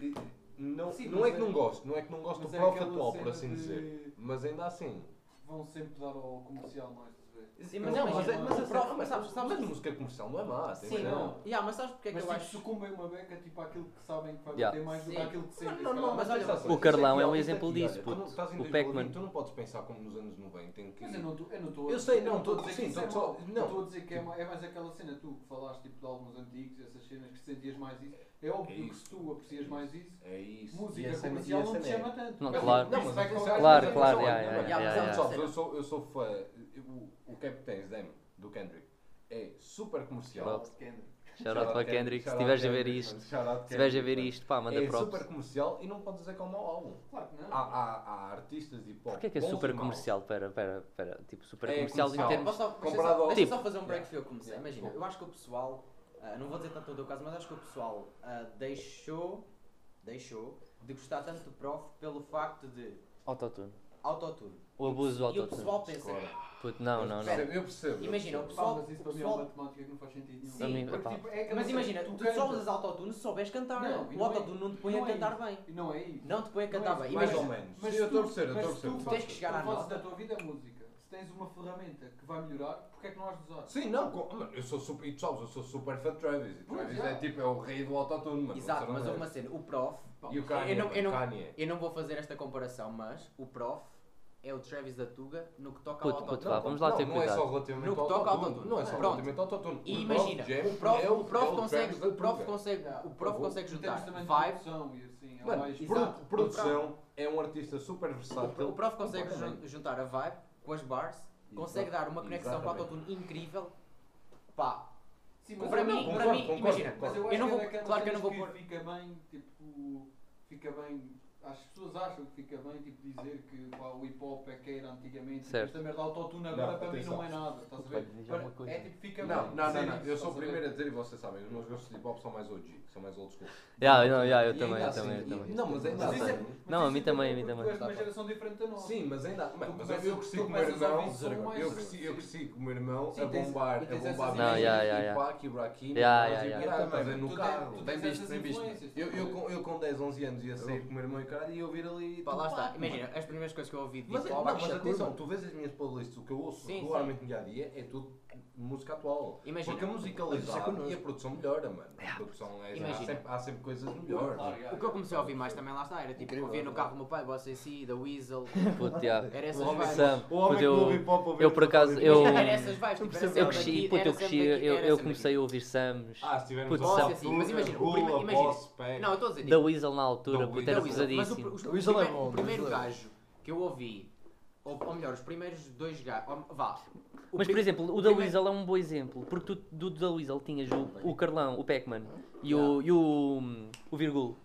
Speaker 2: e- não,
Speaker 3: Sim,
Speaker 2: não
Speaker 3: mas
Speaker 2: é que
Speaker 3: é-
Speaker 2: não gosto, não é que não gosto do
Speaker 3: Mas é
Speaker 2: prof
Speaker 3: aquela
Speaker 2: atual, por
Speaker 3: cena
Speaker 2: assim
Speaker 3: de-
Speaker 2: dizer, mas ainda assim...
Speaker 3: Vão sempre dar ao comercial, não é? Estás a ver?
Speaker 4: Sim,
Speaker 2: Mas
Speaker 4: mas
Speaker 2: não,
Speaker 4: imagina,
Speaker 2: mas, é, mas,
Speaker 4: o
Speaker 2: é,
Speaker 4: prof-
Speaker 2: sério, mas sabes, sabes,
Speaker 4: mas-
Speaker 2: mas música comercial não é má,
Speaker 4: Sim,
Speaker 2: tem
Speaker 4: não.
Speaker 2: não.
Speaker 4: Yeah, mas sabes porque é que
Speaker 3: Mas
Speaker 4: eu
Speaker 3: tipo,
Speaker 4: acho.
Speaker 3: se comem uma beca, tipo aquilo que sabem que vai
Speaker 1: Yeah.
Speaker 3: bater mais do que
Speaker 4: Sim.
Speaker 3: aquilo que
Speaker 2: Não,
Speaker 3: sentem.
Speaker 2: não,
Speaker 3: se
Speaker 2: não,
Speaker 3: calhar.
Speaker 2: mas
Speaker 4: mas
Speaker 2: olha,
Speaker 4: olha,
Speaker 1: o Carlão é um exemplo disso,
Speaker 2: Tu não,
Speaker 1: puto.
Speaker 2: estás em
Speaker 1: O
Speaker 2: 2020,
Speaker 1: Pac-Man.
Speaker 2: Tu não podes pensar como nos anos 90, em que.
Speaker 3: Mas eu não tô- eu não estou
Speaker 2: Eu sei, não, tô- sim, tô só- não.
Speaker 3: Estou a dizer que é, ma- é mais aquela cena, tu que falaste tipo, de álbuns antigos, essas cenas que sentias mais isso. É óbvio
Speaker 2: É isso.
Speaker 3: que se tu aprecias mais isso,
Speaker 2: É isso. E
Speaker 3: música
Speaker 2: a cena-
Speaker 3: comercial
Speaker 2: e a
Speaker 3: não te
Speaker 2: cena é-
Speaker 3: chama tanto.
Speaker 1: Não,
Speaker 3: Mas,
Speaker 1: claro.
Speaker 3: tipo,
Speaker 2: Não,
Speaker 3: isso
Speaker 2: mas
Speaker 3: vai
Speaker 2: atenção,
Speaker 3: com-
Speaker 1: Claro,
Speaker 2: mas
Speaker 1: claro,
Speaker 2: atenção,
Speaker 1: yeah,
Speaker 2: não,
Speaker 1: yeah,
Speaker 2: mas
Speaker 1: yeah,
Speaker 2: atenção,
Speaker 1: yeah.
Speaker 2: pessoal, Eu sou, eu sou fã. O, o Captain's Dam do Kendrick é super comercial.
Speaker 1: Claro.
Speaker 3: Kendrick.
Speaker 1: Shout out para Kendrick. Se estiveres a ver isto, se estiveres a ver isto, pá, manda
Speaker 2: é super
Speaker 1: props.
Speaker 2: comercial e não podes dizer que é um mau álbum.
Speaker 3: Claro que não.
Speaker 2: Há, há, há artistas de hip hop.
Speaker 1: Porquê que é
Speaker 2: bons e
Speaker 1: super
Speaker 2: maus.
Speaker 1: comercial? Pera, pera, pera. Tipo, super
Speaker 2: É
Speaker 1: comercial em
Speaker 2: comercial.
Speaker 1: termos.
Speaker 4: Posso só, deixa eu
Speaker 2: Comparado
Speaker 4: só,
Speaker 2: ao-
Speaker 4: deixa eu
Speaker 1: Tipo-
Speaker 4: só fazer um break
Speaker 2: Yeah.
Speaker 4: que eu comecei.
Speaker 2: Yeah,
Speaker 4: Imagina,
Speaker 2: desculpa.
Speaker 4: eu acho que o pessoal, ah, não vou dizer tanto o teu caso, mas acho que o pessoal ah, deixou, deixou de gostar tanto do prof pelo facto de
Speaker 1: Autotune.
Speaker 4: autotune.
Speaker 1: O abuso do
Speaker 4: E o
Speaker 1: autotune.
Speaker 4: pessoal pensa,
Speaker 2: Claro.
Speaker 1: Puto, não, não, é?
Speaker 2: Eu
Speaker 1: não.
Speaker 2: percebo, eu percebo.
Speaker 4: Imagina,
Speaker 2: eu
Speaker 4: o
Speaker 2: percebo.
Speaker 4: pessoal-
Speaker 3: Pá, mas isso para mim é
Speaker 4: pessoal-
Speaker 3: uma matemática que não faz sentido nenhum.
Speaker 1: Para mim,
Speaker 3: Porque,
Speaker 1: epá.
Speaker 3: tipo, é aquela
Speaker 4: mas
Speaker 3: cena,
Speaker 4: imagina, tu, só
Speaker 3: cantas-
Speaker 4: usas autotune se souberes cantar.
Speaker 3: Não, e
Speaker 4: o
Speaker 3: não é-
Speaker 4: autotune não te põe a
Speaker 3: não é
Speaker 4: cantar
Speaker 3: isso.
Speaker 4: bem.
Speaker 3: E não é isso.
Speaker 4: Não te põe a
Speaker 3: Não é
Speaker 4: cantar
Speaker 3: isso.
Speaker 4: bem.
Speaker 2: Mais
Speaker 4: Imagina,
Speaker 2: ou menos.
Speaker 3: Mas
Speaker 2: eu
Speaker 3: tu-
Speaker 2: estou a perceber, eu
Speaker 3: mas
Speaker 2: estou a
Speaker 3: tu
Speaker 2: perceber.
Speaker 4: Tu tens que chegar à
Speaker 3: Tu fazes
Speaker 4: nota.
Speaker 3: da tua vida a música. Se tens uma ferramenta que vai melhorar, porque é que não has de usar?
Speaker 2: Sim, não, com- mano, eu sou super, e tu sabes, eu sou super fã de Travis. E
Speaker 3: Pois,
Speaker 2: Travis
Speaker 3: já.
Speaker 2: é tipo, é o rei do autotune, mano.
Speaker 4: Exato,
Speaker 2: você não
Speaker 4: mas
Speaker 2: vê.
Speaker 4: houve uma cena, o prof,
Speaker 2: E o Kanye,
Speaker 4: Eu não- eu
Speaker 2: mano,
Speaker 4: não-
Speaker 2: Kanye.
Speaker 4: eu não vou fazer esta comparação, mas o prof é o Travis da Tuga no que toca ao
Speaker 1: Puto, puto,
Speaker 4: autotune.
Speaker 1: vá, vamos lá
Speaker 2: não,
Speaker 1: ter
Speaker 2: não é
Speaker 1: cuidado.
Speaker 2: só relativamente
Speaker 4: No que
Speaker 2: ao
Speaker 4: toca ao
Speaker 2: autotune.
Speaker 4: autotune.
Speaker 2: Não é só
Speaker 4: Pronto.
Speaker 2: relativamente ao autotune.
Speaker 4: E
Speaker 2: O Prof.
Speaker 4: imagina,
Speaker 2: Jam
Speaker 4: o prof,
Speaker 2: é
Speaker 4: o prof
Speaker 2: é
Speaker 4: consegue,
Speaker 2: Travis da
Speaker 4: o prof
Speaker 2: Tuga.
Speaker 4: consegue,
Speaker 3: Yeah.
Speaker 4: o prof
Speaker 2: Vou-
Speaker 4: consegue
Speaker 3: Em
Speaker 4: juntar
Speaker 3: termos também de
Speaker 4: vibe,
Speaker 3: produção e assim, é
Speaker 2: Mano,
Speaker 3: mais-
Speaker 2: produ-
Speaker 4: exato. O
Speaker 2: produção é um artista super
Speaker 4: o pro-
Speaker 2: versátil.
Speaker 4: o prof consegue
Speaker 2: Completamente.
Speaker 4: jun- juntar a vibe com as bars, consegue
Speaker 2: Exato.
Speaker 4: dar uma conexão com o
Speaker 2: Exatamente.
Speaker 4: autotune incrível. Pá,
Speaker 3: Sim,
Speaker 4: para
Speaker 3: eu não-
Speaker 4: mim,
Speaker 2: concordo,
Speaker 4: para mim,
Speaker 2: concordo,
Speaker 4: imagina,
Speaker 2: concordo.
Speaker 3: Mas eu
Speaker 4: eu
Speaker 3: acho
Speaker 4: não
Speaker 3: que é
Speaker 4: vou,
Speaker 3: daquelas
Speaker 4: claro que eu não
Speaker 3: cenas
Speaker 4: vou pôr,
Speaker 3: Fica bem, tipo. Fica bem. As pessoas acham que fica bem, tipo, dizer que pá, o hip hop é que era antigamente.
Speaker 1: Certo.
Speaker 3: Esta merda autotune agora
Speaker 2: Não,
Speaker 3: para mim
Speaker 2: atenção.
Speaker 3: não é nada, estás a
Speaker 1: Vai
Speaker 3: ver?
Speaker 1: dizer
Speaker 3: Para-
Speaker 1: uma coisa.
Speaker 3: É tipo, fica
Speaker 2: Não,
Speaker 3: bem.
Speaker 2: não,
Speaker 3: dizer
Speaker 2: não, não.
Speaker 3: isso,
Speaker 2: Eu sou o
Speaker 3: estás a ver?
Speaker 2: primeiro a dizer, e vocês sabem, os meus gostos de hip hop são mais OG, são mais old school.
Speaker 1: Yeah, não, yeah, eu
Speaker 2: E
Speaker 1: também,
Speaker 2: ainda
Speaker 1: eu também, eu
Speaker 2: assim-
Speaker 1: também.
Speaker 2: Não, mas ainda
Speaker 3: Mas isso é-
Speaker 2: assim-
Speaker 3: mas
Speaker 1: Não,
Speaker 3: isso
Speaker 1: a mim
Speaker 3: é
Speaker 1: também, a
Speaker 3: porque
Speaker 1: mim
Speaker 3: tu
Speaker 1: também.
Speaker 3: és de uma geração diferente da nossa.
Speaker 2: Tá, Sim, mas ainda. Mano, mas
Speaker 3: começas-
Speaker 2: eu cresci
Speaker 3: tu
Speaker 2: com o meu
Speaker 3: começas a
Speaker 2: irmão.
Speaker 3: ouvir som mais
Speaker 2: Eu
Speaker 3: cedo.
Speaker 2: cresci, eu cresci com o meu irmão
Speaker 3: Sim,
Speaker 2: a
Speaker 3: tens-
Speaker 2: bombar,
Speaker 3: e
Speaker 2: a
Speaker 3: tens
Speaker 2: bombar
Speaker 3: essas
Speaker 1: Não, yeah,
Speaker 2: e
Speaker 1: yeah, yeah.
Speaker 2: pá, aqui, bra aqui,
Speaker 1: Yeah,
Speaker 2: nós
Speaker 1: yeah,
Speaker 2: e
Speaker 1: yeah.
Speaker 2: pirata,
Speaker 3: Eu também,
Speaker 2: mas é no
Speaker 3: tu
Speaker 2: carro.
Speaker 3: tens- tu
Speaker 2: Bem
Speaker 3: tens
Speaker 2: visto,
Speaker 3: essas
Speaker 2: bem visto.
Speaker 3: influências,
Speaker 2: Eu,
Speaker 3: estás a
Speaker 2: eu,
Speaker 3: ver?
Speaker 2: com, eu com 10, 11 anos ia sair com o meu irmão e caralho e ia ouvir ali.
Speaker 4: pá, lá
Speaker 2: Tupac,
Speaker 4: está,
Speaker 2: mano.
Speaker 4: imagina, as primeiras coisas que eu ouvi de
Speaker 2: Mas, é,
Speaker 4: hip
Speaker 2: não,
Speaker 4: hop,
Speaker 2: mas
Speaker 4: Shakur,
Speaker 2: atenção, tu vês as minhas playlists, o que eu ouço
Speaker 4: Sim,
Speaker 2: regularmente no dia a dia é tudo música atual.
Speaker 4: Imagina.
Speaker 2: Porque a
Speaker 5: Mas isso é
Speaker 2: musicalidade
Speaker 5: connosco.
Speaker 2: e a produção melhora, mano. A produção é, há,
Speaker 4: Imagina.
Speaker 2: sempre, há sempre coisas melhores.
Speaker 3: Claro,
Speaker 4: o que eu comecei a ouvir mais também lá está, era tipo,
Speaker 5: Incrível,
Speaker 4: ouvia no
Speaker 5: não é?
Speaker 4: carro do meu pai, Bossa AC, The Weasel,
Speaker 1: Puto, yeah.
Speaker 4: era essas
Speaker 2: É, O homem-
Speaker 4: vibes.
Speaker 1: Sam,
Speaker 2: O homem
Speaker 1: puto,
Speaker 2: que ouve
Speaker 1: eu,
Speaker 2: hip hop, ouve
Speaker 1: eu por
Speaker 2: hip hop,
Speaker 1: acaso,
Speaker 2: ouve
Speaker 1: eu-
Speaker 2: hip hop.
Speaker 4: Era essas vibes, tipo, era
Speaker 1: eu
Speaker 4: sempre
Speaker 1: cresci,
Speaker 4: daqui,
Speaker 1: puto,
Speaker 4: era
Speaker 1: eu
Speaker 4: sempre
Speaker 1: cresci,
Speaker 4: daqui,
Speaker 1: eu,
Speaker 4: era
Speaker 1: eu
Speaker 4: sempre
Speaker 1: comecei a ouvir Sams.
Speaker 2: Ah, se tivermos
Speaker 1: Puto,
Speaker 2: a falar
Speaker 1: Sam.
Speaker 2: de
Speaker 4: Sim, mas imagina, o
Speaker 2: Rula,
Speaker 4: prima- imagina.
Speaker 2: Boss, Pack.
Speaker 4: daqui. Não, eu estou a dizer,
Speaker 1: Da Weasel na altura,
Speaker 2: Da
Speaker 1: puta,
Speaker 2: Weasel.
Speaker 1: era
Speaker 4: Não, Weasel, mas o,
Speaker 1: pesadíssimo.
Speaker 4: pr- os-
Speaker 5: O
Speaker 4: o
Speaker 5: Weasel é
Speaker 4: primeiro-
Speaker 5: bom,
Speaker 4: o primeiro
Speaker 5: Weasel é bom.
Speaker 4: gajo que eu ouvi ou, ou melhor, os primeiros dois gajos. ou- Vá. O
Speaker 1: Mas,
Speaker 4: pri-
Speaker 1: por exemplo, o da
Speaker 4: primeiro-
Speaker 1: Weasel é um bom exemplo, porque tu, do da Weasel tinhas o, o Carlão, o Pac-Man e o, e o, o Virgulo.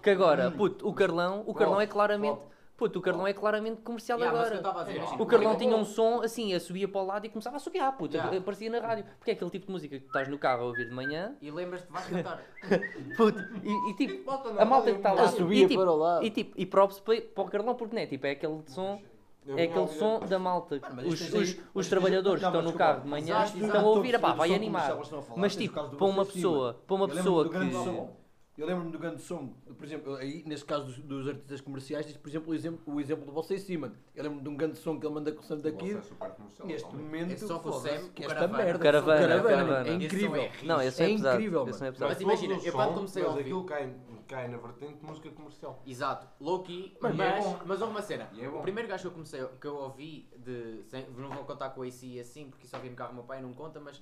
Speaker 1: Que
Speaker 6: Hum.
Speaker 1: agora, puto, o Carlão, o Carlão é claramente, puto, o Carlão é claramente comercial
Speaker 4: Yeah, mas então, o que
Speaker 1: agora.
Speaker 4: eu estava a dizer, imagina,
Speaker 1: O Carlão
Speaker 4: primeiro-
Speaker 1: tinha um som assim, a subia para o lado e começava a subiar, puto,
Speaker 4: Yeah.
Speaker 1: aparecia na rádio. Porque é aquele tipo de música que tu estás no carro a ouvir de manhã,
Speaker 4: E lembras-te,
Speaker 1: [laughs]
Speaker 4: vais cantar.
Speaker 1: puto, e, e
Speaker 6: [laughs]
Speaker 1: tipo, a malta que está lá,
Speaker 6: A
Speaker 1: e
Speaker 6: subia
Speaker 1: tipo,
Speaker 6: para lá.
Speaker 1: e tipo, e props para, para o Carlão, porque não é, tipo, é aquele som é aquele som da malta.
Speaker 5: Mano, mas
Speaker 1: Os,
Speaker 5: isto é-
Speaker 1: os,
Speaker 5: isto é-
Speaker 1: os trabalhadores que
Speaker 6: Não,
Speaker 1: estão
Speaker 6: mas
Speaker 1: no
Speaker 6: é desculpa,
Speaker 1: carro de manhã
Speaker 4: exato,
Speaker 1: estão
Speaker 4: exato,
Speaker 1: a ouvir, pá,
Speaker 6: perceber o
Speaker 1: vai
Speaker 6: som que
Speaker 1: animar.
Speaker 6: começavas não a falar,
Speaker 1: Mas
Speaker 6: tens
Speaker 1: tipo,
Speaker 6: por causa do
Speaker 1: para uma
Speaker 6: vosso estima.
Speaker 1: pessoa, para uma
Speaker 6: Eu lembro-me
Speaker 1: pessoa
Speaker 6: do grande som.
Speaker 1: que.
Speaker 6: Eu lembro-me do grande som, por exemplo, aí nesse caso dos, dos artistas comerciais, diz por exemplo o exemplo, o exemplo do Você em cima. Eu lembro-me de um grande som que ele manda com o Santa Kid. Neste momento,
Speaker 4: Esse som com o
Speaker 6: foda-se,
Speaker 4: Sam,
Speaker 6: que
Speaker 4: o
Speaker 6: esta
Speaker 4: Caravana.
Speaker 6: merda,
Speaker 1: Caravana,
Speaker 6: o caravana,
Speaker 1: Caravana.
Speaker 6: é
Speaker 4: Esse som
Speaker 6: incrível.
Speaker 4: é rico.
Speaker 1: Não, esse não é
Speaker 6: É
Speaker 1: pesado.
Speaker 6: incrível,
Speaker 1: Esse não é pesado.
Speaker 4: Mas imagina, eu quando comecei a
Speaker 2: mas
Speaker 4: ouvir.
Speaker 2: aquilo cai, cai na vertente de música comercial.
Speaker 4: Exato, low-key, mas,
Speaker 6: Mano, é bom.
Speaker 4: mas houve uma cena.
Speaker 2: E é bom.
Speaker 4: O primeiro gajo que eu comecei, que eu ouvi, de, sem- não vou contar com o AC e assim, porque isso ouvi no carro do meu pai, não conta, mas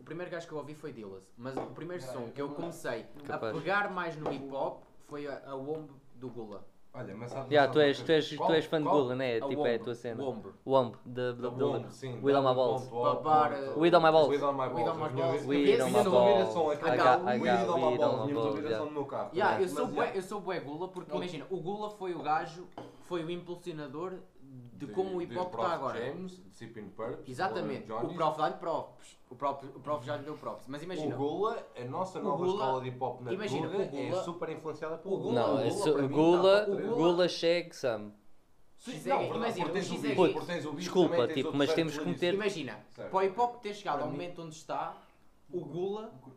Speaker 4: o primeiro gajo que eu ouvi foi Dillas. Mas o primeiro som que eu comecei
Speaker 1: Capaz.
Speaker 4: a pegar mais no hip-hop foi a, a Womb do Gula.
Speaker 2: Olha, mas sabes-
Speaker 1: Já,
Speaker 2: mas
Speaker 1: tu és,
Speaker 2: sabes
Speaker 1: tu és,
Speaker 2: qual-
Speaker 1: tu és fã de
Speaker 2: qual-
Speaker 1: Gula, né?
Speaker 4: A
Speaker 1: Tipo, é a
Speaker 4: Womb,
Speaker 1: tua cena.
Speaker 4: Womb.
Speaker 1: Womb, da da- da-
Speaker 2: Womb, sim.
Speaker 1: With All My
Speaker 2: Dá-me
Speaker 1: Balls.
Speaker 2: ponto, ó,
Speaker 4: Babar,
Speaker 2: ponto.
Speaker 4: uh,
Speaker 1: With All My Balls.
Speaker 2: With All My
Speaker 4: With All My
Speaker 2: Balls.
Speaker 4: Balls.
Speaker 2: With All
Speaker 4: With All
Speaker 2: My
Speaker 4: My
Speaker 2: Balls.
Speaker 1: Balls.
Speaker 2: With
Speaker 1: I got- I got
Speaker 2: All My
Speaker 1: With All
Speaker 2: Balls.
Speaker 1: My
Speaker 2: Tínhamos a
Speaker 1: Balls,
Speaker 2: obrigação
Speaker 1: yeah.
Speaker 2: no meu carro.
Speaker 4: Yeah,
Speaker 2: também.
Speaker 4: eu, sou
Speaker 2: Mas, é
Speaker 4: bué,
Speaker 2: yeah.
Speaker 4: eu sou bué Gula porque
Speaker 5: Não.
Speaker 4: imagina, o Gula foi o gajo, foi o impulsionador de, como o
Speaker 2: de
Speaker 4: hip-hop
Speaker 2: Prof.
Speaker 4: está agora.
Speaker 2: James, Discipline Purps,
Speaker 4: Exatamente,
Speaker 2: Johnny's.
Speaker 4: o prof dá-lhe props. O prof, o prof já lhe deu props. Mas imagina,
Speaker 2: O Gula, a nossa
Speaker 4: O
Speaker 2: nova
Speaker 4: Gula-
Speaker 2: escola de hip hop na
Speaker 4: imagina,
Speaker 2: Tuga,
Speaker 4: o Gula-
Speaker 2: é super influenciada
Speaker 4: o
Speaker 2: pelo
Speaker 4: Gula-
Speaker 2: Gula.
Speaker 1: Não,
Speaker 4: Gula
Speaker 1: esse-
Speaker 4: para mim
Speaker 1: Gula,
Speaker 4: tá- o Gula-
Speaker 1: Gula, Shag, Sam.
Speaker 4: Sim,
Speaker 2: Não,
Speaker 4: é,
Speaker 2: verdade,
Speaker 4: imagina,
Speaker 2: porque tens
Speaker 4: o
Speaker 2: o
Speaker 4: X
Speaker 2: beat,
Speaker 4: é
Speaker 2: porque
Speaker 4: gay.
Speaker 2: tens o beat,
Speaker 1: Desculpa,
Speaker 2: também tens
Speaker 1: tipo,
Speaker 2: outros
Speaker 1: mas temos que
Speaker 2: artes
Speaker 1: meter-
Speaker 2: livres.
Speaker 4: Imagina,
Speaker 2: Certo.
Speaker 4: para o hip hop ter chegado ao momento onde está, o Gula.
Speaker 2: Um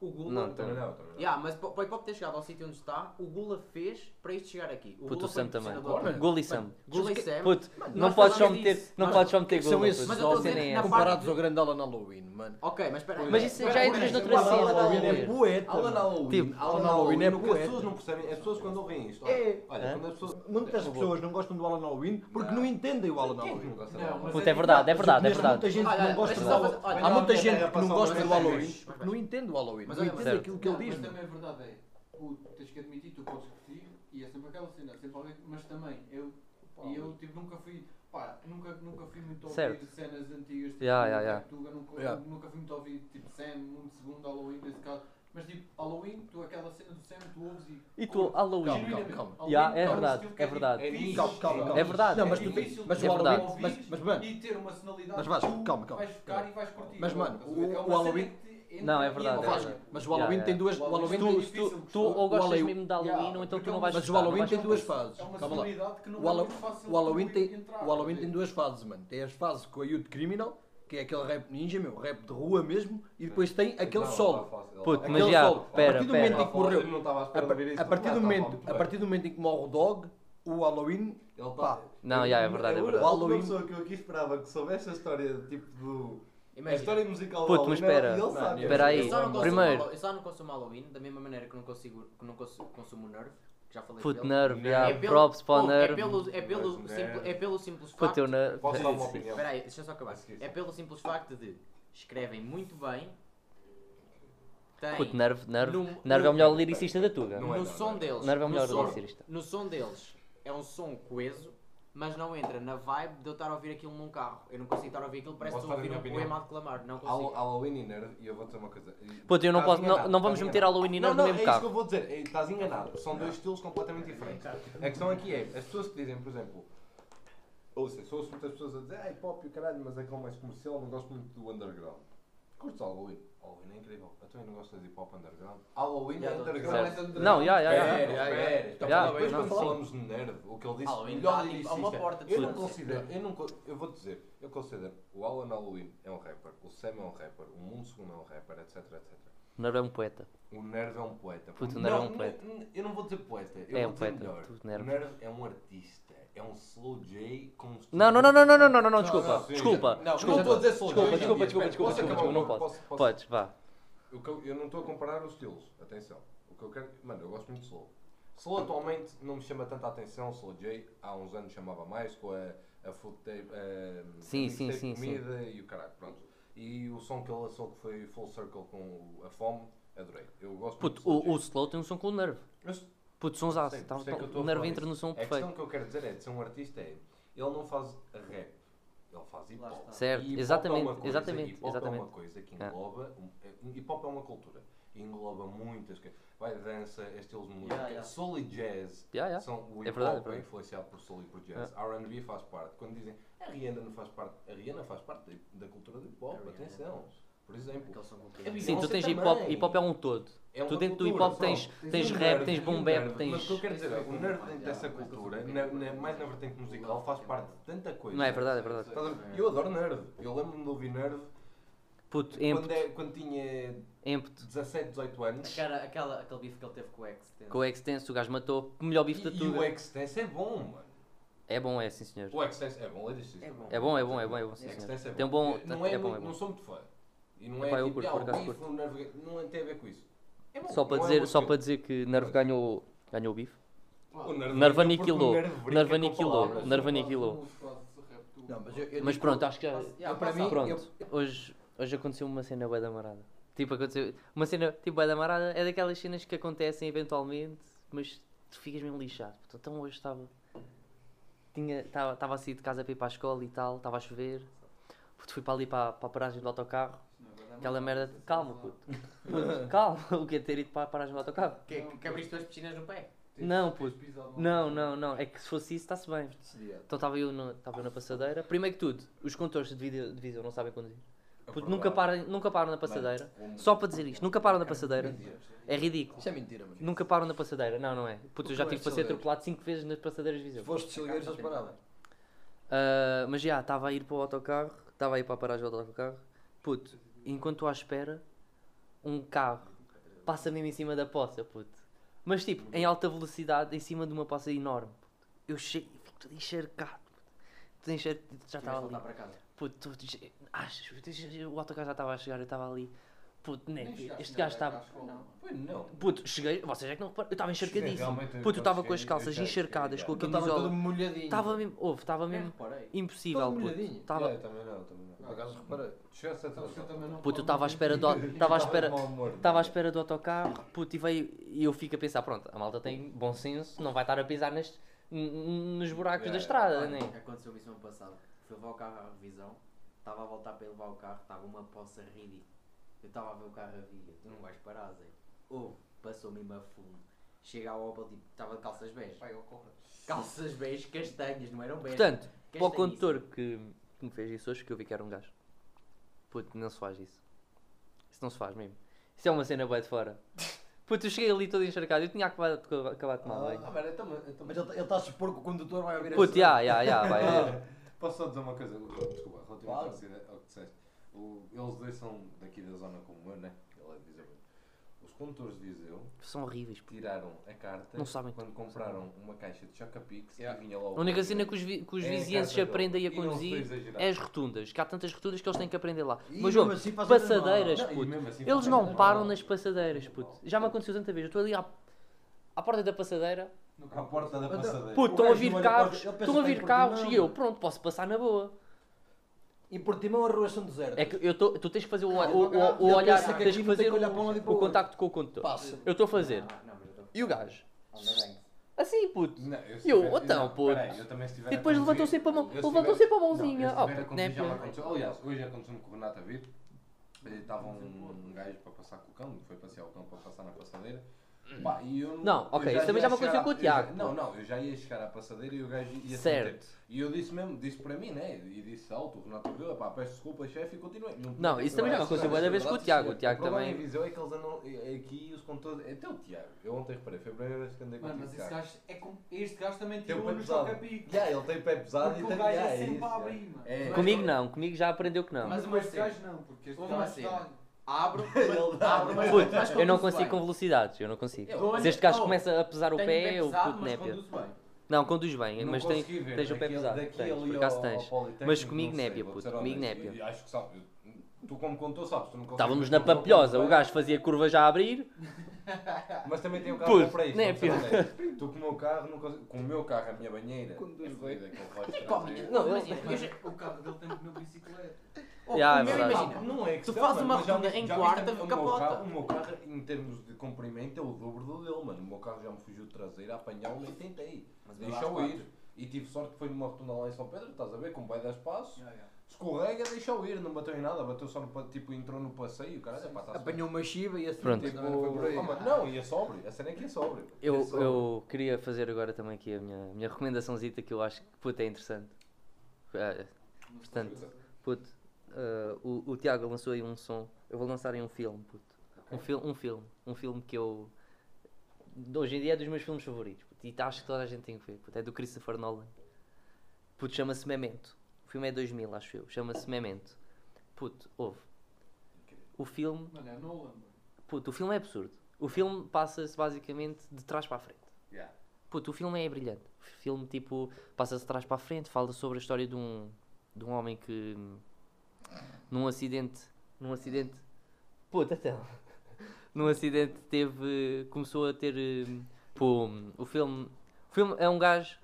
Speaker 4: O Gula.
Speaker 1: Não, tá-
Speaker 2: Também não, também não.
Speaker 4: Yeah, mas para para o hip hop ter chegado ao sítio onde está, o Gula fez para isto chegar aqui. O
Speaker 1: Puto,
Speaker 4: Gula
Speaker 1: o
Speaker 4: foi
Speaker 1: Sam também.
Speaker 4: impulsionador.
Speaker 1: Gula e Sam.
Speaker 4: Gula e Sam.
Speaker 1: Puto,
Speaker 4: Mano,
Speaker 1: não
Speaker 4: nós
Speaker 1: podes só
Speaker 4: falamos
Speaker 1: meter,
Speaker 4: disso.
Speaker 1: não
Speaker 4: Mas-
Speaker 1: podes só meter
Speaker 5: que são
Speaker 1: Gula.
Speaker 5: esses
Speaker 1: puto,
Speaker 4: Mas eu
Speaker 1: só a
Speaker 4: tô a
Speaker 1: cena
Speaker 4: dizer
Speaker 1: é
Speaker 4: que na
Speaker 1: essa.
Speaker 4: parte-
Speaker 5: Comparados ao grande Alan Halloween, mano.
Speaker 4: Ok, mas espera aí.
Speaker 1: Mas isso já
Speaker 4: Espera aí,
Speaker 1: entras
Speaker 4: espera aí.
Speaker 1: noutra cena.
Speaker 6: é poeta.
Speaker 2: Alan Halloween,
Speaker 1: Tipo,
Speaker 2: Alan
Speaker 5: Alan
Speaker 2: Halloween
Speaker 5: Halloween é
Speaker 2: o que as
Speaker 5: poeta.
Speaker 2: pessoas não percebem, as pessoas quando ouvem isto, olha,
Speaker 6: É.
Speaker 2: olha,
Speaker 1: Hã?
Speaker 2: quando as pessoas...
Speaker 6: Muitas pessoas não gostam do Alan Halloween porque não, entendem o Alan
Speaker 2: Quem é que não
Speaker 6: Halloween.
Speaker 2: gosta de
Speaker 3: Não,
Speaker 2: Alan
Speaker 3: mas
Speaker 2: Halloween?
Speaker 1: Puto, é verdade, é verdade, é
Speaker 6: Mas
Speaker 1: verdade.
Speaker 6: Muita gente
Speaker 4: Olha,
Speaker 6: que não gosta
Speaker 4: deixa
Speaker 6: do
Speaker 4: só
Speaker 6: Halloween.
Speaker 4: fazer- olha,
Speaker 6: Há muita
Speaker 2: olha,
Speaker 6: gente
Speaker 2: olha,
Speaker 6: que não
Speaker 2: passar
Speaker 6: gosta
Speaker 2: uma
Speaker 6: do
Speaker 2: vez.
Speaker 6: Halloween
Speaker 4: Mas
Speaker 6: porque não entende o Halloween.
Speaker 4: Mas
Speaker 6: Não
Speaker 4: olha,
Speaker 6: entende
Speaker 1: certo.
Speaker 6: aquilo que ele diz. mano.
Speaker 3: Mas também a verdade é, o- tens que admitir, tu podes discutir, e é sempre aquela cena, sempre alguém, mas também, eu, e eu tipo, nunca fui, pá, nunca, nunca fui muito a ouvir
Speaker 1: Certo.
Speaker 3: cenas antigas, tipo,
Speaker 1: Yeah, yeah,
Speaker 3: Black
Speaker 1: yeah.
Speaker 3: Tuga, nunca,
Speaker 5: Yeah.
Speaker 3: nunca fui muito a ouvir, tipo, Sam, Mundo Segundo, Halloween, nesse caso, mas tipo, Halloween, tu aquela cena do Sam, tu ouves e...
Speaker 1: E tu, Halloween.
Speaker 5: Calma, calma, calma.
Speaker 3: Halloween,
Speaker 1: Yeah, é
Speaker 3: tá, um
Speaker 1: verdade,
Speaker 3: estilo que
Speaker 1: é
Speaker 3: tipo,
Speaker 1: verdade.
Speaker 2: nicho,
Speaker 6: Calma, calma,
Speaker 2: é
Speaker 6: calma.
Speaker 1: É verdade.
Speaker 6: Não, mas
Speaker 3: é
Speaker 6: tu-
Speaker 3: difícil
Speaker 6: mas
Speaker 3: tu
Speaker 1: o Halloween-
Speaker 3: ouvires
Speaker 6: mas- mas, mano,
Speaker 3: e ter uma sonoridade
Speaker 6: mas Vasco,
Speaker 3: tu
Speaker 6: calma, calma.
Speaker 3: vais ficar e vais curtir.
Speaker 6: Mas, mano,
Speaker 3: estás a ver?
Speaker 6: o-
Speaker 3: É
Speaker 6: o
Speaker 3: uma cena
Speaker 6: Halloween-
Speaker 3: que te entra
Speaker 1: Não, é
Speaker 3: e
Speaker 1: verdade,
Speaker 6: Ó,
Speaker 1: é
Speaker 3: vai.
Speaker 6: Vasco,
Speaker 1: verdade.
Speaker 6: Mas o Halloween
Speaker 1: Yeah,
Speaker 6: tem duas.
Speaker 3: O
Speaker 6: O Halloween
Speaker 3: Halloween-
Speaker 6: tem-
Speaker 1: Tu,
Speaker 3: difícil
Speaker 1: tu,
Speaker 3: gostar.
Speaker 1: tu ou gostas
Speaker 6: Halloween-
Speaker 1: mesmo de Halloween
Speaker 3: Yeah,
Speaker 1: ou então tu
Speaker 3: porque
Speaker 1: não
Speaker 3: eu-
Speaker 1: vais
Speaker 6: Mas o
Speaker 1: gostar, não
Speaker 6: Halloween
Speaker 1: vais
Speaker 6: tem duas
Speaker 1: gostar.
Speaker 6: fases.
Speaker 3: É uma
Speaker 6: Calma lá.
Speaker 3: sonoridade que não
Speaker 6: O Halloween,
Speaker 3: é muito fácil
Speaker 6: o Halloween
Speaker 3: tu
Speaker 6: tem,
Speaker 3: entrar,
Speaker 6: o Halloween tem
Speaker 3: estás a ver?
Speaker 6: duas fases, mano. Tem as fases com a Youth Criminal, que é aquele rap ninja, meu, rap de rua mesmo, e depois tem aquele
Speaker 2: Não,
Speaker 6: solo.
Speaker 2: tá fácil,
Speaker 1: Puto,
Speaker 2: tá
Speaker 1: mas
Speaker 6: Aquele
Speaker 1: já,
Speaker 6: solo.
Speaker 1: pera,
Speaker 6: a partir do
Speaker 1: pera.
Speaker 6: momento em que morreu,
Speaker 2: Eu não estava à
Speaker 6: a,
Speaker 2: espera de
Speaker 6: par-
Speaker 2: ouvir isso,
Speaker 6: a partir
Speaker 2: mas
Speaker 6: do
Speaker 2: tá
Speaker 6: momento,
Speaker 2: muito
Speaker 6: a
Speaker 2: bem.
Speaker 6: partir do momento em que morre o Dog, o Halloween,
Speaker 2: Ele tá-
Speaker 6: pá,
Speaker 1: Não, já, é verdade, é
Speaker 2: Eu-
Speaker 1: verdade.
Speaker 2: a
Speaker 6: Halloween-
Speaker 2: última pessoa que eu aqui esperava que soubesse a história, tipo, do... A
Speaker 4: Imagina.
Speaker 2: história musical
Speaker 1: Puto,
Speaker 2: do
Speaker 1: mas
Speaker 2: Halloween,
Speaker 1: espera.
Speaker 2: ele sabe.
Speaker 1: Espera é- Tá aí.
Speaker 4: Eu só, não consumo
Speaker 1: Primeiro.
Speaker 4: Halloween- eu só não consumo Halloween da mesma maneira que não, consigo, que não consu- consumo Nerf, que já falei
Speaker 1: Puto,
Speaker 4: dele.
Speaker 1: Nerve,
Speaker 2: Nerve.
Speaker 1: já,
Speaker 4: É pelo-
Speaker 1: props para o
Speaker 4: ouve, é
Speaker 1: Nerve.
Speaker 4: pelo, é, pelo
Speaker 2: Nerve.
Speaker 4: simples- é pelo simples
Speaker 1: Puto,
Speaker 4: facto.
Speaker 1: eu Nerve.
Speaker 2: Posso dar uma opinião?
Speaker 4: Espera aí, deixa eu só acabar.
Speaker 2: Esquece.
Speaker 4: É pelo simples facto de escrevem muito bem, têm
Speaker 1: Puto, Nerve, Nerve.
Speaker 4: Num-
Speaker 1: Nerve é o
Speaker 4: num-
Speaker 1: melhor liricista da Tuga.
Speaker 2: Não é,
Speaker 4: no
Speaker 2: não,
Speaker 4: som
Speaker 2: não.
Speaker 4: deles,
Speaker 1: Nerve é o melhor
Speaker 4: no som,
Speaker 1: baterista.
Speaker 4: no som deles é um som coeso, mas não entra na vibe de eu estar a ouvir aquilo num carro. Eu não consigo estar a ouvir aquilo, parece que
Speaker 2: Posso
Speaker 4: estou a
Speaker 2: dar a
Speaker 4: ouvir um
Speaker 2: minha opinião? um-
Speaker 4: poema a declamar. Não
Speaker 2: Hall-
Speaker 4: consigo.
Speaker 2: Halloween e Nerd, e eu vou dizer uma coisa. e-
Speaker 1: Puto, eu não
Speaker 2: Estás
Speaker 1: posso, não,
Speaker 2: Tá enganado,
Speaker 1: não vamos
Speaker 2: estás
Speaker 1: meter
Speaker 2: enganado.
Speaker 1: Halloween e
Speaker 2: Não,
Speaker 1: Nerve
Speaker 2: não,
Speaker 1: no
Speaker 2: é
Speaker 1: mesmo
Speaker 2: isso que eu
Speaker 1: carro.
Speaker 2: vou dizer. é, Estás enganado. São dois estilos completamente diferentes. A questão aqui é, as pessoas que dizem, por exemplo, ouça, se ouço muitas pessoas a dizer, ai pop e o caralho, mas é aquele um mais comercial, não gosto muito do underground. Curto Halloween. Halloween é incrível. Eu também não gosto de hip hop underground. Halloween é
Speaker 4: Yeah,
Speaker 2: underground.
Speaker 1: Certo. Não, já, já, já.
Speaker 2: Espera, espera.
Speaker 1: é, Já,
Speaker 2: Depois
Speaker 1: não,
Speaker 2: quando
Speaker 1: sim. tá
Speaker 2: falamos de nerd, o que ele disse,
Speaker 4: Halloween
Speaker 2: melhor
Speaker 4: dá, tipo,
Speaker 2: lyricista.
Speaker 4: a uma porta de
Speaker 2: Eu não
Speaker 4: segurança.
Speaker 2: considero, eu não, con- eu vou dizer, eu considero o Alan Halloween é um rapper, o Sam é um rapper, o Mundo Segundo é um rapper, etc, etc.
Speaker 1: Nerve é um poeta.
Speaker 2: O nerd é um poeta.
Speaker 1: Puto, o
Speaker 2: Não,
Speaker 1: nerd é um
Speaker 2: não-
Speaker 1: poeta.
Speaker 2: n- Eu não vou dizer poeta, eu
Speaker 1: É
Speaker 2: vou
Speaker 1: um
Speaker 2: dizer
Speaker 1: poeta,
Speaker 2: melhor.
Speaker 1: tu,
Speaker 2: O
Speaker 1: nerd.
Speaker 2: nerd é um artista, é um slow J com um estilo-
Speaker 1: Não, não, não, não, não, não, não, não, não,
Speaker 2: não,
Speaker 1: desculpa.
Speaker 2: sim.
Speaker 1: Desculpa.
Speaker 2: Não,
Speaker 1: Desculpa,
Speaker 2: não estou a dizer slow
Speaker 1: desculpa,
Speaker 2: J.
Speaker 1: desculpa, desculpa,
Speaker 2: Espera,
Speaker 1: desculpa,
Speaker 2: posso
Speaker 1: desculpa,
Speaker 2: acabar
Speaker 1: não
Speaker 2: o meu?
Speaker 1: posso.
Speaker 2: Posso-
Speaker 1: Podes, vá.
Speaker 2: O que eu, eu não estou a comparar os estilos, atenção. O que eu quero. Mano, eu gosto muito de Slow. Slow atualmente não me chama tanta atenção, Slow J. Há uns anos chamava mais com a, a Food Tape. A,
Speaker 1: Sim,
Speaker 2: a
Speaker 1: sim,
Speaker 2: mixtape
Speaker 1: sim, sim.
Speaker 2: Comida e o caralho, pronto. E o som que ele lançou que foi Full Circle com o- a Fome, adorei. Eu gosto
Speaker 1: Puto,
Speaker 2: muito de
Speaker 1: o, o
Speaker 2: Slow J.
Speaker 1: Slow tem um som com o Nerve.
Speaker 2: Mas-
Speaker 1: Puto, sonsaço.
Speaker 2: Sim,
Speaker 1: Tá-
Speaker 2: por isso é que eu
Speaker 1: tá-
Speaker 2: estou a
Speaker 1: O Nerve
Speaker 2: falar
Speaker 1: entra no
Speaker 2: disso.
Speaker 1: som
Speaker 2: A questão
Speaker 1: perfeito.
Speaker 2: que eu quero dizer é de ser é, um artista é Ele não faz rap, ele faz hip
Speaker 4: Lá
Speaker 2: hop.
Speaker 4: está.
Speaker 2: E
Speaker 1: Certo,
Speaker 2: hip hop é
Speaker 1: exatamente,
Speaker 2: uma coisa,
Speaker 1: exatamente,
Speaker 2: hip hop é uma
Speaker 1: exatamente.
Speaker 2: coisa que
Speaker 1: Ah.
Speaker 2: engloba, um- hip hop é uma cultura, e engloba muitas coisas. Vai dança, é estilos de música,
Speaker 4: Yeah, yeah.
Speaker 2: soul e jazz.
Speaker 1: Yeah, yeah.
Speaker 2: São, o
Speaker 1: É
Speaker 2: hip hop
Speaker 1: verdade, é
Speaker 2: é,
Speaker 1: verdade.
Speaker 2: influenciado por soul e por jazz. R&B faz parte. Quando dizem a Rihanna não faz parte, a Rihanna faz parte da- da cultura do hip hop,
Speaker 4: Rihanna.
Speaker 2: atenção. Por exemplo,
Speaker 4: Aqueles são
Speaker 2: a
Speaker 4: culturas.
Speaker 2: Beyoncé
Speaker 1: Sim, tu tens hip hop,
Speaker 2: também.
Speaker 1: hip hop é um todo.
Speaker 2: É uma
Speaker 1: tu dentro do hip
Speaker 2: cultura,
Speaker 1: hop tens,
Speaker 2: só.
Speaker 1: tens
Speaker 2: um
Speaker 1: rap,
Speaker 2: nerd,
Speaker 1: tens
Speaker 2: um
Speaker 1: boom
Speaker 2: nerd.
Speaker 1: bap,
Speaker 2: Mas o
Speaker 1: tens.
Speaker 2: que eu quero dizer é o nerd dentro
Speaker 4: Yeah,
Speaker 2: dessa
Speaker 4: mas eu
Speaker 2: cultura,
Speaker 4: sou
Speaker 2: na,
Speaker 4: bem-
Speaker 2: na- mais na vertente musical, faz parte de tanta coisa.
Speaker 1: Não é verdade, é verdade.
Speaker 2: Estás a ver? Eu adoro nerd. Eu lembro-me de ouvir nerd
Speaker 1: Puto,
Speaker 2: quando,
Speaker 1: ímpeto,
Speaker 2: é- quando tinha
Speaker 1: ímpeto.
Speaker 2: 17, 18 anos.
Speaker 4: Aquela, aquela, aquele bife que ele teve com o ex.
Speaker 1: Com o Extense, o gajo matou. Melhor bife da
Speaker 2: E, e o
Speaker 1: tudo.
Speaker 2: Extense é bom, mano.
Speaker 1: É bom, é, sim senhor.
Speaker 2: O Extense é bom, Ladies
Speaker 4: É bom.
Speaker 1: É bom, é bom, é bom, é bom, sim senhor.
Speaker 2: Extense é bom.
Speaker 1: Tem um bom-
Speaker 2: Não, é
Speaker 1: é bom,
Speaker 2: muito-
Speaker 1: é bom.
Speaker 2: não sou muito fã. E não é
Speaker 1: Epá, eu
Speaker 2: tipo,
Speaker 1: curto,
Speaker 2: ah,
Speaker 1: por
Speaker 2: o
Speaker 1: acaso
Speaker 2: bife,
Speaker 1: curto.
Speaker 2: o nerd- não tem a ver com isso. É bom,
Speaker 1: Só para
Speaker 2: não é
Speaker 1: dizer,
Speaker 2: uma
Speaker 1: só
Speaker 2: música-
Speaker 1: para dizer que Nervo ganhou, ganhou o bife.
Speaker 2: O
Speaker 1: Nerva
Speaker 2: nerd brinca porque o
Speaker 1: aniquilou,
Speaker 2: nerd brinca
Speaker 1: nerva
Speaker 2: com
Speaker 1: aniquilou,
Speaker 2: palavras.
Speaker 1: nerva aniquilou.
Speaker 5: Não, mas eu, eu
Speaker 1: Mas
Speaker 5: digo-
Speaker 1: pronto, acho que é- já.
Speaker 4: Posso- yeah,
Speaker 5: eu, para
Speaker 4: posso-
Speaker 5: mim,
Speaker 1: Pronto,
Speaker 5: eu-
Speaker 1: hoje, hoje aconteceu uma cena bué da marada. Tipo, aconteceu. Uma cena tipo bué da marada é daquelas cenas que acontecem eventualmente, mas tu ficas mesmo lixado. Puto, Então hoje estava. Tinha, estava, estava a sair de casa para ir para a escola e tal, estava a chover. Puto, fui para ali para, para a paragem do autocarro. Aquela merda. Calma,
Speaker 5: [laughs]
Speaker 1: puto. Puto, calma. O que é ter ido para a paragem do autocarro?
Speaker 4: Que, que, que abriste duas piscinas no pé.
Speaker 5: Tipo,
Speaker 1: Não, puto. Não, não, não. É que se fosse isso, está-se bem. Então estava eu, no- estava eu na passadeira. Primeiro que tudo, os condutores de vídeo- de visão não sabem conduzir.
Speaker 5: É
Speaker 1: Porque nunca param, nunca param na passadeira.
Speaker 5: um
Speaker 1: Só para dizer isto, nunca param na passadeira. É ridículo.
Speaker 5: Isso é mentira, mano.
Speaker 1: Nunca param na passadeira. Não, não é. Puto, eu já
Speaker 5: Como é
Speaker 1: tive
Speaker 5: que
Speaker 1: para ser
Speaker 5: são eles?
Speaker 1: atropelado 5 vezes nas passadeiras de
Speaker 5: Se
Speaker 1: Viseu.
Speaker 5: foste de Silgueiros, eles paravam.
Speaker 1: Ah, mas já, estava a ir para o autocarro, estava a ir para a paragem do autocarro. Puto, enquanto estou à espera, um carro passa mesmo em cima da poça, puto. Mas tipo, em alta velocidade, em cima de uma poça enorme. puto. Eu chego e fico todo encharcado. puto. Todo encharcado, já
Speaker 4: Tiveste de
Speaker 1: estava Tá ali.
Speaker 4: voltar para casa.
Speaker 1: Puto, tu- tu- achas, o autocarro já estava a chegar, eu estava ali. Puto, né,
Speaker 3: Nem chegaste
Speaker 1: este gajo
Speaker 3: ainda
Speaker 1: estava.
Speaker 3: à escola.
Speaker 2: Pois não.
Speaker 1: Puto, cheguei, vocês é que não repararam, eu estava encharcadíssimo.
Speaker 2: Realmente,
Speaker 1: Puto, eu estava com
Speaker 2: cheguei-
Speaker 1: as calças
Speaker 2: eu cheguei-
Speaker 1: encharcadas, com a
Speaker 5: Eu estava todo
Speaker 1: camisola.
Speaker 5: molhadinho.
Speaker 1: Estava mesmo, houve, estava
Speaker 4: Nem
Speaker 1: mesmo
Speaker 4: reparei.
Speaker 1: impossível,
Speaker 5: Todo
Speaker 1: puto.
Speaker 5: molhadinho.
Speaker 1: Estava-
Speaker 2: Yeah, É, também não, também não.
Speaker 5: Por acaso reparei.
Speaker 2: Chegaste a
Speaker 3: Sabes que
Speaker 5: Então,
Speaker 3: eu
Speaker 2: atrasar.
Speaker 3: também não
Speaker 1: Puto, eu
Speaker 3: falo
Speaker 1: estava à
Speaker 3: muito.
Speaker 1: espera do, estava à espera,
Speaker 2: de mau humor.
Speaker 1: estava à espera do autocarro, puto, e veio, e eu fico a pensar, pronto, a malta tem bom senso, não vai estar a pisar neste, n- n- nos buracos da
Speaker 2: Yeah,
Speaker 1: estrada, né?
Speaker 4: Olha, Aconteceu-me isso no ano passado. Fui levar o carro à revisão, estava a voltar para levar o carro, estava uma poça ridícula. Eu estava a ver o carro a via, tu não vais parar, Zé. Ou passou-me uma fumo. Chega ao Opel, tipo, estava de calças bege.
Speaker 3: Pai, eu corro.
Speaker 4: Calças bege castanhas, não eram bege.
Speaker 1: Portanto, para o
Speaker 4: Castanhíssimas.
Speaker 1: condutor que, que me fez isso hoje, que eu vi que era um gajo. Puto, não se faz isso. Isso não se faz mesmo. Isso é uma cena bué de
Speaker 2: [laughs]
Speaker 1: fora. Puto, eu cheguei ali todo encharcado. Eu tinha acabado, acabado de tomar banho.
Speaker 2: Ah, mas eu também- eu
Speaker 5: Mas
Speaker 2: também-
Speaker 5: ele ele está a supor que o condutor vai ouvir
Speaker 1: Puto,
Speaker 5: essa-
Speaker 1: já, já, já, vai.
Speaker 2: Ah.
Speaker 1: é.
Speaker 2: Posso só dizer uma coisa? Oh, Desculpa,
Speaker 5: Claro.
Speaker 2: relativamente claro. ao que disseste. O- eles dois são daqui da zona como eu, né? Ele é de Viseu. Os condutores de Viseu
Speaker 1: São horríveis. puto.
Speaker 2: tiraram a carta
Speaker 1: Não sabem
Speaker 2: quando compraram uma caixa de Chocapix
Speaker 5: Yeah.
Speaker 2: e vinha lá o
Speaker 1: A única
Speaker 2: código.
Speaker 1: cena que os, vi, que os
Speaker 2: É a
Speaker 1: vizinhenses
Speaker 2: casa dele.
Speaker 1: aprendem a
Speaker 2: E não estou
Speaker 1: conduzir
Speaker 2: exagerar.
Speaker 1: é as rotundas. Que há tantas rotundas que eles têm que aprender lá.
Speaker 5: E
Speaker 1: Mas,
Speaker 5: mesmo
Speaker 1: ó,
Speaker 5: assim fazem
Speaker 1: passadeiras,
Speaker 5: normal.
Speaker 2: Não, e
Speaker 1: puto.
Speaker 2: mesmo assim
Speaker 1: Eles
Speaker 2: fazem
Speaker 1: não
Speaker 2: normal.
Speaker 1: param nas passadeiras, puto. Já me aconteceu tanta vez. Eu estou ali à, à porta da passadeira.
Speaker 3: Nunca
Speaker 2: À porta da
Speaker 5: Puto,
Speaker 2: passadeira.
Speaker 1: Puto, estão a
Speaker 5: gajo
Speaker 1: vir
Speaker 5: olha,
Speaker 1: carros.
Speaker 5: ele pensa
Speaker 1: Estão a
Speaker 5: que
Speaker 1: vir
Speaker 5: tem
Speaker 1: carros e
Speaker 5: Portimão.
Speaker 1: eu, pronto, posso passar na boa.
Speaker 5: Em Portimão as ruas
Speaker 6: um
Speaker 5: são desertas.
Speaker 1: É que eu tô, tu tens que fazer o, o, o,
Speaker 5: eu
Speaker 1: o
Speaker 5: penso
Speaker 1: olhar,
Speaker 5: que aqui
Speaker 1: tens que
Speaker 5: não tem
Speaker 1: fazer
Speaker 5: que olhar para um lado e para
Speaker 1: o,
Speaker 5: o
Speaker 1: o
Speaker 5: outro.
Speaker 1: contacto com o condutor.
Speaker 5: Passa.
Speaker 1: Eu estou a fazer.
Speaker 4: Não, Ah, não, mas eu estou.
Speaker 1: E o gajo?
Speaker 4: Anda bem.
Speaker 1: Assim, puto.
Speaker 2: Não, eu,
Speaker 1: Eu,
Speaker 2: estiver-
Speaker 1: então,
Speaker 2: não,
Speaker 1: puto.
Speaker 2: peraí, eu também estiver
Speaker 1: E depois
Speaker 2: a conduzir-
Speaker 1: levantou sempre a mão.
Speaker 2: eu
Speaker 1: Levantou
Speaker 2: estiver-
Speaker 1: sempre a mãozinha.
Speaker 2: Não,
Speaker 1: Oh,
Speaker 2: eu estiver a
Speaker 1: puto, né,
Speaker 2: conduzir, já me
Speaker 1: puto.
Speaker 2: aconteceu. Aliás, hoje aconteceu-me com o Renato a vir. Eh, Estava um, um gajo para passar com o cão, foi passear o cão para passar na passadeira. Pá, e eu
Speaker 1: Não, ok, isso também já me
Speaker 2: ia
Speaker 1: aconteceu
Speaker 2: chegar
Speaker 1: com o
Speaker 2: à- eu já-
Speaker 1: Tiago,
Speaker 2: Não,
Speaker 1: pô.
Speaker 2: não, eu já ia chegar à passadeira e o gajo ia se
Speaker 1: Certo.
Speaker 2: meter. E eu disse mesmo, disse para mim, né? E disse alto, o Renato viu, pá, peço desculpa, chefe, e continuei.
Speaker 1: Não, isso também já me aconteceu uma vez com o Tiago. O Tiago
Speaker 2: o problema em
Speaker 1: também.
Speaker 2: Viseu é que eles andam é- aqui os condutores. Até o Tiago. Eu ontem reparei, foi a primeira vez que andei com o
Speaker 3: Mano, mas esse
Speaker 2: Tiago.
Speaker 3: gajo é com... Este gajo também
Speaker 2: Tem o
Speaker 3: tirou
Speaker 2: pé
Speaker 3: no
Speaker 2: pesado.
Speaker 3: Chocapic.
Speaker 2: Já, ele tem pé pesado
Speaker 3: é Porque
Speaker 2: e
Speaker 3: o
Speaker 2: tem
Speaker 3: gajo é
Speaker 2: já,
Speaker 3: sempre
Speaker 2: isso,
Speaker 3: a
Speaker 2: já.
Speaker 3: abrir, mano.
Speaker 2: É.
Speaker 1: Comigo não, comigo já aprendeu que não.
Speaker 4: Mas-
Speaker 3: Mas
Speaker 4: uma
Speaker 3: este
Speaker 4: cena.
Speaker 3: gajo não, porque este
Speaker 4: Houve uma
Speaker 3: gajo tá- está...
Speaker 4: cena. Abro,
Speaker 3: [laughs]
Speaker 2: Ele dá-
Speaker 4: abro, mas
Speaker 1: Puto,
Speaker 4: mas
Speaker 1: eu não
Speaker 4: conduzo
Speaker 1: consigo
Speaker 4: bem.
Speaker 1: com velocidades, eu não consigo.
Speaker 2: Eu-
Speaker 1: Se este gajo começa a pesar o
Speaker 4: Tenho
Speaker 1: pé, eu
Speaker 4: pesado,
Speaker 1: puto
Speaker 4: mas
Speaker 1: népia.
Speaker 4: conduzo bem.
Speaker 1: Não, conduz bem,
Speaker 2: Não
Speaker 1: mas tem,
Speaker 2: consegui ver,
Speaker 1: tens o pé
Speaker 2: daquele-
Speaker 1: pesado.
Speaker 2: daquele
Speaker 1: Tens, por
Speaker 2: ao-
Speaker 1: acaso
Speaker 2: ao
Speaker 1: tens.
Speaker 2: Politécnico,
Speaker 1: Mas comigo
Speaker 2: não sei,
Speaker 1: népia,
Speaker 2: vou
Speaker 1: puto,
Speaker 2: ser
Speaker 1: comigo
Speaker 2: honesto.
Speaker 1: népia.
Speaker 2: E Acho que sabes, tu como contou sabes, tu não consegues
Speaker 1: Estávamos
Speaker 2: ver
Speaker 1: na
Speaker 2: como ele
Speaker 1: papilhosa,
Speaker 2: conduz
Speaker 1: o gajo fazia curva já a abrir.
Speaker 2: bem, Mas também tem o
Speaker 1: Puto,
Speaker 2: carro para isso,
Speaker 1: népia.
Speaker 2: não sei onde é. Tu com o meu carro, não consegues- com o meu carro, a minha banheira.
Speaker 5: Conduz
Speaker 2: é fodida, aquele vai
Speaker 4: Pá,
Speaker 2: trazer.
Speaker 4: Não, Tá é imagina, eu
Speaker 1: [laughs]
Speaker 4: já-
Speaker 3: Mas O carro dele tem que comer bicicleta.
Speaker 4: Oh,
Speaker 1: Yeah, é
Speaker 4: meu,
Speaker 1: verdade.
Speaker 4: imagina,
Speaker 2: não é que
Speaker 4: Tu fazes uma rotunda em quarta, capota.
Speaker 2: O meu carro, em termos de comprimento, é o dobro do dele, mano. O meu carro já me fugiu de traseira, apanhá-lo, nem tentei.
Speaker 4: Mas vai lá às
Speaker 2: Deixa-o
Speaker 4: quatro.
Speaker 2: ir. E tive sorte que foi numa rotunda lá em São Pedro, estás a ver, com bem 10 passos.
Speaker 3: Yeah, yeah.
Speaker 2: Escorrega, deixou ir, não bateu em nada, bateu só no, pa- tipo, entrou no passeio, caralho, pá, tá
Speaker 6: Apanhou uma chiva e assim
Speaker 1: Pronto.
Speaker 6: também não foi por aí.
Speaker 2: Ah, mas não, ia sóbrio, a cena é que ia sóbrio.
Speaker 1: Eu,
Speaker 2: Ia sóbrio.
Speaker 1: eu queria fazer agora também aqui a minha, minha recomendaçãozita que eu acho que puto, é interessante. Ah, portanto, puto, ah, o, o Tiago lançou aí um som. Eu vou lançar aí um filme, puto. Um, fil um filme. Um filme que eu. Hoje em dia é dos meus filmes favoritos. Puto, e tá, acho que toda a gente tem que ver. Puto, é do Christopher Nolan. Puto, chama-se Memento. O filme é 2000, acho eu. Chama-se Memento. Puto, ouve. O filme
Speaker 3: Mano, é Nolan, mano.
Speaker 1: Puto, o filme é absurdo. O filme passa-se basicamente de trás para a frente.
Speaker 2: Yeah.
Speaker 1: Puto, o filme é brilhante. O filme, tipo, passa-se de trás para a frente, fala sobre a história de um, de um homem que. hum, num acidente. num acidente. Puta, então. [laughs] num acidente teve. começou a ter. hum, Pô, hum, o filme. O filme é um gajo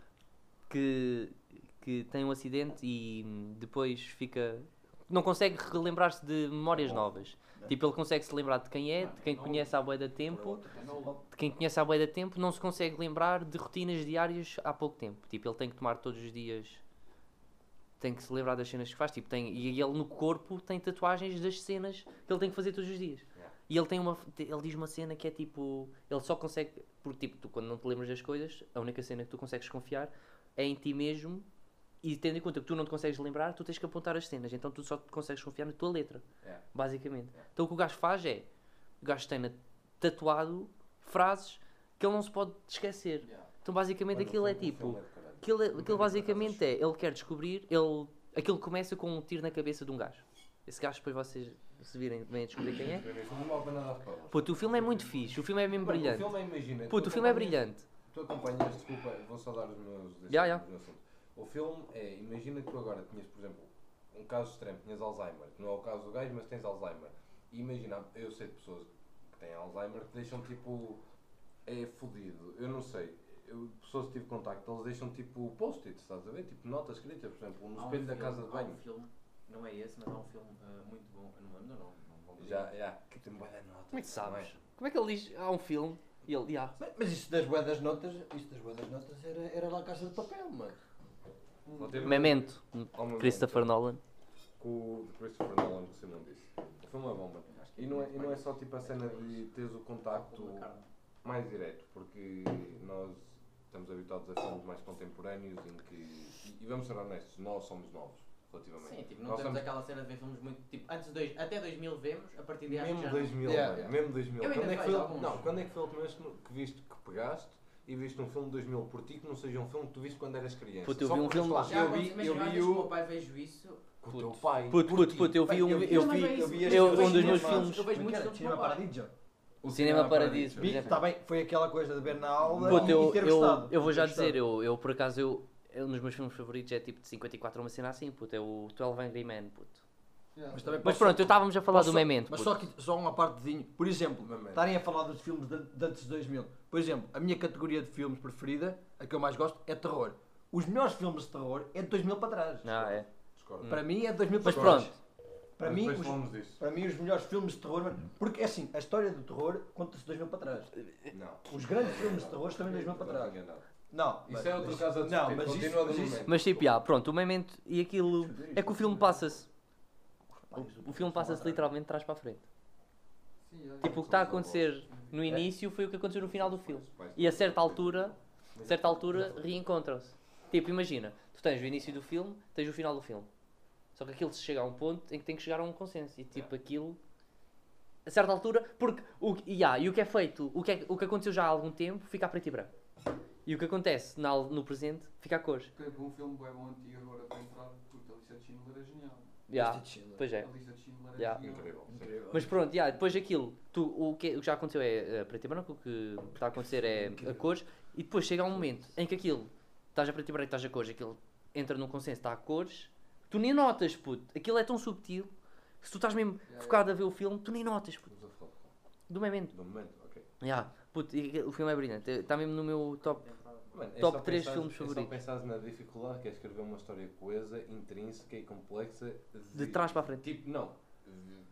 Speaker 1: que. que tem um acidente e hum, depois fica. não consegue relembrar-se de memórias novas. Tipo, ele consegue se lembrar de quem é, de quem conhece há bué de tempo,
Speaker 3: É Nolan.
Speaker 1: de quem conhece há bué de tempo, não se consegue lembrar de rotinas diárias há pouco tempo. Tipo, ele tem que tomar todos os dias, tem que se lembrar das cenas que faz, tipo, tem, e ele no corpo tem tatuagens das cenas que ele tem que fazer todos os dias.
Speaker 2: Yeah.
Speaker 1: E ele tem uma, ele diz uma cena que é tipo, ele só consegue, porque tipo, tu quando não te lembras das coisas, a única cena que tu consegues confiar é em ti mesmo e tendo em conta que tu não te consegues lembrar, tu tens que apontar as cenas, então tu só te consegues confiar na tua letra,
Speaker 2: Yeah.
Speaker 1: basicamente. Então o que o gajo faz é, o gajo tem na- tatuado frases que ele não se pode esquecer.
Speaker 3: Yeah.
Speaker 1: Então basicamente aquilo é
Speaker 2: um
Speaker 1: tipo, aquilo, é- aquilo basicamente é, ele quer descobrir, ele, aquilo começa com um tiro na cabeça de um gajo. Esse gajo depois vocês se virem bem a descobrir quem é.
Speaker 2: Não vale a pena dar para
Speaker 1: Puto, o filme é muito fixe, o filme é mesmo
Speaker 2: Mano, o
Speaker 1: brilhante.
Speaker 2: filme é, imagina.
Speaker 1: Puto,
Speaker 2: tu
Speaker 1: o filme é
Speaker 2: acompanhas-
Speaker 1: brilhante.
Speaker 2: Tu acompanhas, desculpa, vou só dar os meus. deixar
Speaker 1: Ya, ya.
Speaker 2: os meus assuntos. O filme é, imagina que tu agora tinhas, por exemplo, um caso extremo, tinhas Alzheimer. Não é o caso do gajo, mas tens Alzheimer. E imagina, eu sei de pessoas que têm Alzheimer que deixam tipo. É fodido, eu não sei. Eu, pessoas que tive contacto, eles deixam tipo post-its, estás a ver? Tipo notas escritas, por exemplo, no
Speaker 4: Há um
Speaker 2: espelho da
Speaker 4: filme-
Speaker 2: casa de
Speaker 4: há
Speaker 2: banho.
Speaker 4: um filme, não é esse, mas há um filme ah, muito bom, eu não me lembro, não, não vou dizer.
Speaker 2: Já, já, que tem boa nota.
Speaker 1: Como é que sabes? Como é que ele diz, há um filme, e ele, "Ya."
Speaker 6: Mas, mas isso das boedas notas, isso das boedas notas era, era lá a caixa de papel, mano.
Speaker 2: Não teve-
Speaker 1: Memento,
Speaker 2: Ao momento.
Speaker 1: Christopher Nolan.
Speaker 2: com o de Christopher Nolan que o Simão disse. Foi uma bomba. E não, é, e não é só tipo a cena de teres
Speaker 4: É
Speaker 2: o contacto mais direto, porque nós estamos habituados a filmes mais contemporâneos em que. e- E vamos ser honestos, nós somos novos, relativamente.
Speaker 4: Sim, tipo, não
Speaker 2: Nós
Speaker 4: temos
Speaker 2: somos-
Speaker 4: aquela cena de ver filmes muito, tipo, antes de dois, até 2000 vemos, a partir de acho que
Speaker 2: Mesmo
Speaker 4: já
Speaker 2: 2000,
Speaker 6: Yeah,
Speaker 2: mano,
Speaker 6: yeah.
Speaker 2: mesmo 2000.
Speaker 4: Eu ainda
Speaker 2: Quando é, que
Speaker 4: vejo
Speaker 2: foi,
Speaker 4: alguns.
Speaker 2: não, quando é que foi o última vez que que viste que pegaste e viste um filme de 2000 por ti que não seja um filme que tu viste quando eras criança?
Speaker 1: Puta, eu
Speaker 2: Só
Speaker 1: vi um
Speaker 2: porque
Speaker 1: filme
Speaker 2: estás
Speaker 4: Já
Speaker 6: Eu
Speaker 4: aconteceu,
Speaker 6: vi-
Speaker 4: mas
Speaker 6: eu
Speaker 4: eu
Speaker 6: vi
Speaker 4: vi o
Speaker 6: o-
Speaker 4: meu pai vejo isso,
Speaker 2: Com o teu pai.
Speaker 1: Puto,
Speaker 2: por
Speaker 1: puto,
Speaker 2: ti.
Speaker 1: puto, eu vi um, eu
Speaker 4: mas
Speaker 1: vi,
Speaker 4: é isso.
Speaker 6: este
Speaker 1: eu-
Speaker 6: filme
Speaker 1: um dos
Speaker 6: no
Speaker 1: meus
Speaker 6: Paradiso.
Speaker 1: filmes-
Speaker 4: Eu vejo
Speaker 6: Como é que
Speaker 4: muitos
Speaker 6: era?
Speaker 4: filmes
Speaker 6: Cinema
Speaker 4: com meu pai.
Speaker 6: Paradiso.
Speaker 2: O
Speaker 1: Cinema Paradiso, por
Speaker 6: Vi,
Speaker 1: exemplo.
Speaker 6: tá bem, foi aquela coisa de ver na aula
Speaker 1: Puto,
Speaker 6: e,
Speaker 1: eu,
Speaker 6: ter
Speaker 1: eu,
Speaker 6: gostado.
Speaker 1: eu vou já
Speaker 6: Ter gostado.
Speaker 1: dizer, eu, eu por acaso, eu, eu, um dos meus filmes favoritos é tipo de 54, uma cena assim, puto, é o 12 Angry Men, puto.
Speaker 3: Yeah.
Speaker 6: Mas, também
Speaker 1: Mas
Speaker 6: posso-
Speaker 1: pronto, eu estávamos a falar
Speaker 6: posso
Speaker 1: do
Speaker 6: só-
Speaker 1: Memento,
Speaker 6: Mas
Speaker 1: puto.
Speaker 6: só, que, só uma partezinha. Por exemplo,
Speaker 2: Memento.
Speaker 6: estarem a falar dos filmes de, de antes de 2000. Por exemplo, a minha categoria de filmes preferida, a que eu mais gosto, é terror. Os melhores filmes de terror é de 2000 para trás.
Speaker 1: Ah, é.
Speaker 2: Discordo.
Speaker 6: Para mim é de 2000 para
Speaker 1: Mas
Speaker 6: trás.
Speaker 1: pronto,
Speaker 6: Para
Speaker 2: Mas
Speaker 6: mim,
Speaker 2: depois
Speaker 6: os,
Speaker 2: falamos disso.
Speaker 6: Para mim, os melhores filmes de terror, mano, porque é assim, a história do terror conta-se dois mil para trás.
Speaker 2: Não.
Speaker 6: Os grandes filmes de terror estão em dois mil para trás. Não,
Speaker 2: Isso é outro
Speaker 6: mas-
Speaker 2: caso a discutir.
Speaker 6: Não, mas isso,
Speaker 2: Continua
Speaker 6: mas
Speaker 2: no
Speaker 6: isso-
Speaker 2: momento.
Speaker 1: mas tipo, já, pronto, o Memento e aquilo, é que o filme passa-se, o filme passa-se literalmente de trás para a frente.
Speaker 3: Sim, é. yeah,
Speaker 1: Tipo, o que está a acontecer no início foi o que aconteceu no final do filme. E a certa altura, a certa altura, reencontram-se. Tipo, imagina, tu tens o início do filme, tens o final do filme. Só que aquilo se chega a um ponto em que tem que chegar a um consenso. E tipo, aquilo. A certa altura, porque. O, que- e há, e o que é feito, o que, é- o que aconteceu já há algum tempo, fica a preto e branco. E o que acontece na al- no presente, fica a cores.
Speaker 3: Porque é um filme bem bom antigo agora para entrar, porque a lista de Schindler é genial.
Speaker 1: Já,
Speaker 6: Este Schindler.
Speaker 1: pois é.
Speaker 3: A lista de Schindler é
Speaker 1: Yeah.
Speaker 3: genial.
Speaker 2: Incrível.
Speaker 6: Incrível.
Speaker 1: Mas pronto, já, depois daquilo, tu, o, que, o que já aconteceu é a preto e branco, o que está a acontecer é a cores, e depois chega um momento em que aquilo, estás a preto e branco, estás a cores, aquilo entra num consenso, está a cores, tu nem notas, puto, aquilo é tão subtil, que se tu estás mesmo
Speaker 3: Yeah,
Speaker 1: focado a ver o filme, tu nem notas, puto,
Speaker 2: Estamos a falar
Speaker 1: do momento.
Speaker 2: do momento, ok.
Speaker 1: Já, puto, e aquele- o filme é brilhante, está mesmo no meu top.
Speaker 2: Mano,
Speaker 1: Top
Speaker 2: só
Speaker 1: três
Speaker 2: pensares-
Speaker 1: filmes
Speaker 2: É só
Speaker 1: favoritos.
Speaker 2: pensares na dificuldade que é escrever uma história coesa, intrínseca e complexa.
Speaker 1: De trás para a frente.
Speaker 2: Tipo, não.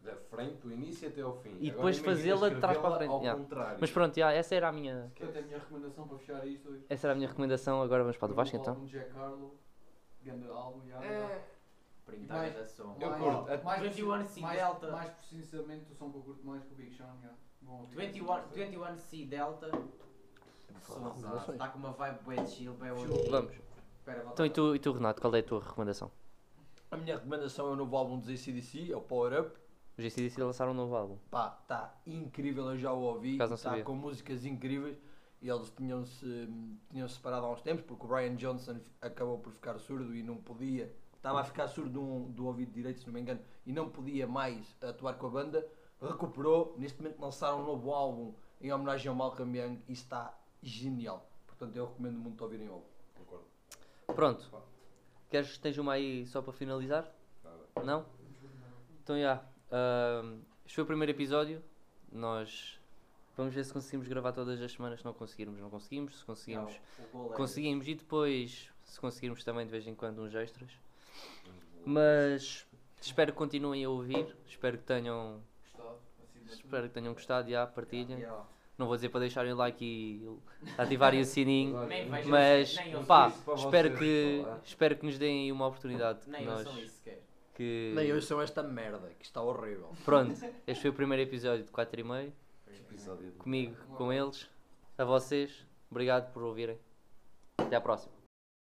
Speaker 2: da frente, do início até ao fim.
Speaker 1: E
Speaker 2: Agora
Speaker 1: depois
Speaker 2: imagina
Speaker 1: fazê-la de trás para a
Speaker 2: escrevê-la
Speaker 1: frente,
Speaker 2: Ao
Speaker 1: yeah.
Speaker 2: contrário.
Speaker 1: Mas pronto, já, essa era a minha.
Speaker 3: Portanto, é a minha recomendação para fechar isto hoje.
Speaker 1: Essa era a minha recomendação, agora vamos para a do Vasco então.
Speaker 3: Um Jack Carlo, grande álbum, já.
Speaker 2: É,
Speaker 4: Printada
Speaker 3: mais-
Speaker 4: da som.
Speaker 2: Eu
Speaker 3: Mais-
Speaker 2: curto.
Speaker 3: mais
Speaker 4: Mais
Speaker 3: preci-
Speaker 4: 21 sim,
Speaker 3: mais-
Speaker 4: Delta.
Speaker 3: Mais precisamente, o som que eu curto mais que o Big Sean, já. Vão ouvir.
Speaker 4: 21, 21C Delta.
Speaker 6: recomendações.
Speaker 4: Está com uma vibe bem chill, bem
Speaker 3: Chill.
Speaker 1: Vamos.
Speaker 4: Espera, volta
Speaker 1: Então e
Speaker 4: lá.
Speaker 1: tu, e tu, Renato, qual é a tua recomendação?
Speaker 6: A minha recomendação é o novo álbum dos ACDC, é o Power Up.
Speaker 1: Os ACDC lançaram um novo álbum.
Speaker 6: Pá, está incrível, eu já o ouvi.
Speaker 1: Por acaso não
Speaker 6: Está
Speaker 1: sabia.
Speaker 6: com músicas incríveis. E eles tinham-se tinham separado há uns tempos porque o Brian Johnson acabou por ficar surdo e não podia. Estava a ficar surdo de um- do ouvido direito, se não me engano, e não podia mais atuar com a banda. Recuperou. Neste momento lançaram um novo álbum em homenagem ao Malcolm Young e está genial. Portanto, eu recomendo muito ouvirem o álbum.
Speaker 2: Concordo.
Speaker 1: Pronto. Queres tens uma aí só para finalizar? Não? Então já. ahm, este foi o primeiro episódio. Nós vamos ver se conseguimos gravar todas as semanas. Se não conseguirmos, não conseguimos. Se conseguimos,
Speaker 4: Não, o gol é-
Speaker 1: conseguimos. E depois, se conseguirmos também de vez em quando uns extras. Mas espero que continuem a ouvir. Espero que tenham.
Speaker 3: Gostado, acima de tudo.
Speaker 1: Espero que tenham gostado, já, partilhem.
Speaker 4: Yeah.
Speaker 1: Não vou dizer para deixarem o like e ativarem o sininho.
Speaker 4: Nem vejam
Speaker 1: Mas,
Speaker 4: isso, nem ouçam
Speaker 1: pá,
Speaker 2: isso para
Speaker 1: espero
Speaker 2: vocês,
Speaker 1: que,
Speaker 2: pá, lá.
Speaker 1: espero que nos deem uma oportunidade.
Speaker 4: Nem
Speaker 1: que nós,
Speaker 4: ouçam isso sequer.
Speaker 1: que-
Speaker 6: Nem hoje são esta merda, que está horrível.
Speaker 1: Pronto, este foi o primeiro episódio de 4 e meio.
Speaker 2: Tipo,
Speaker 1: Comigo, com eles. A vocês, obrigado por ouvirem. Até à próxima.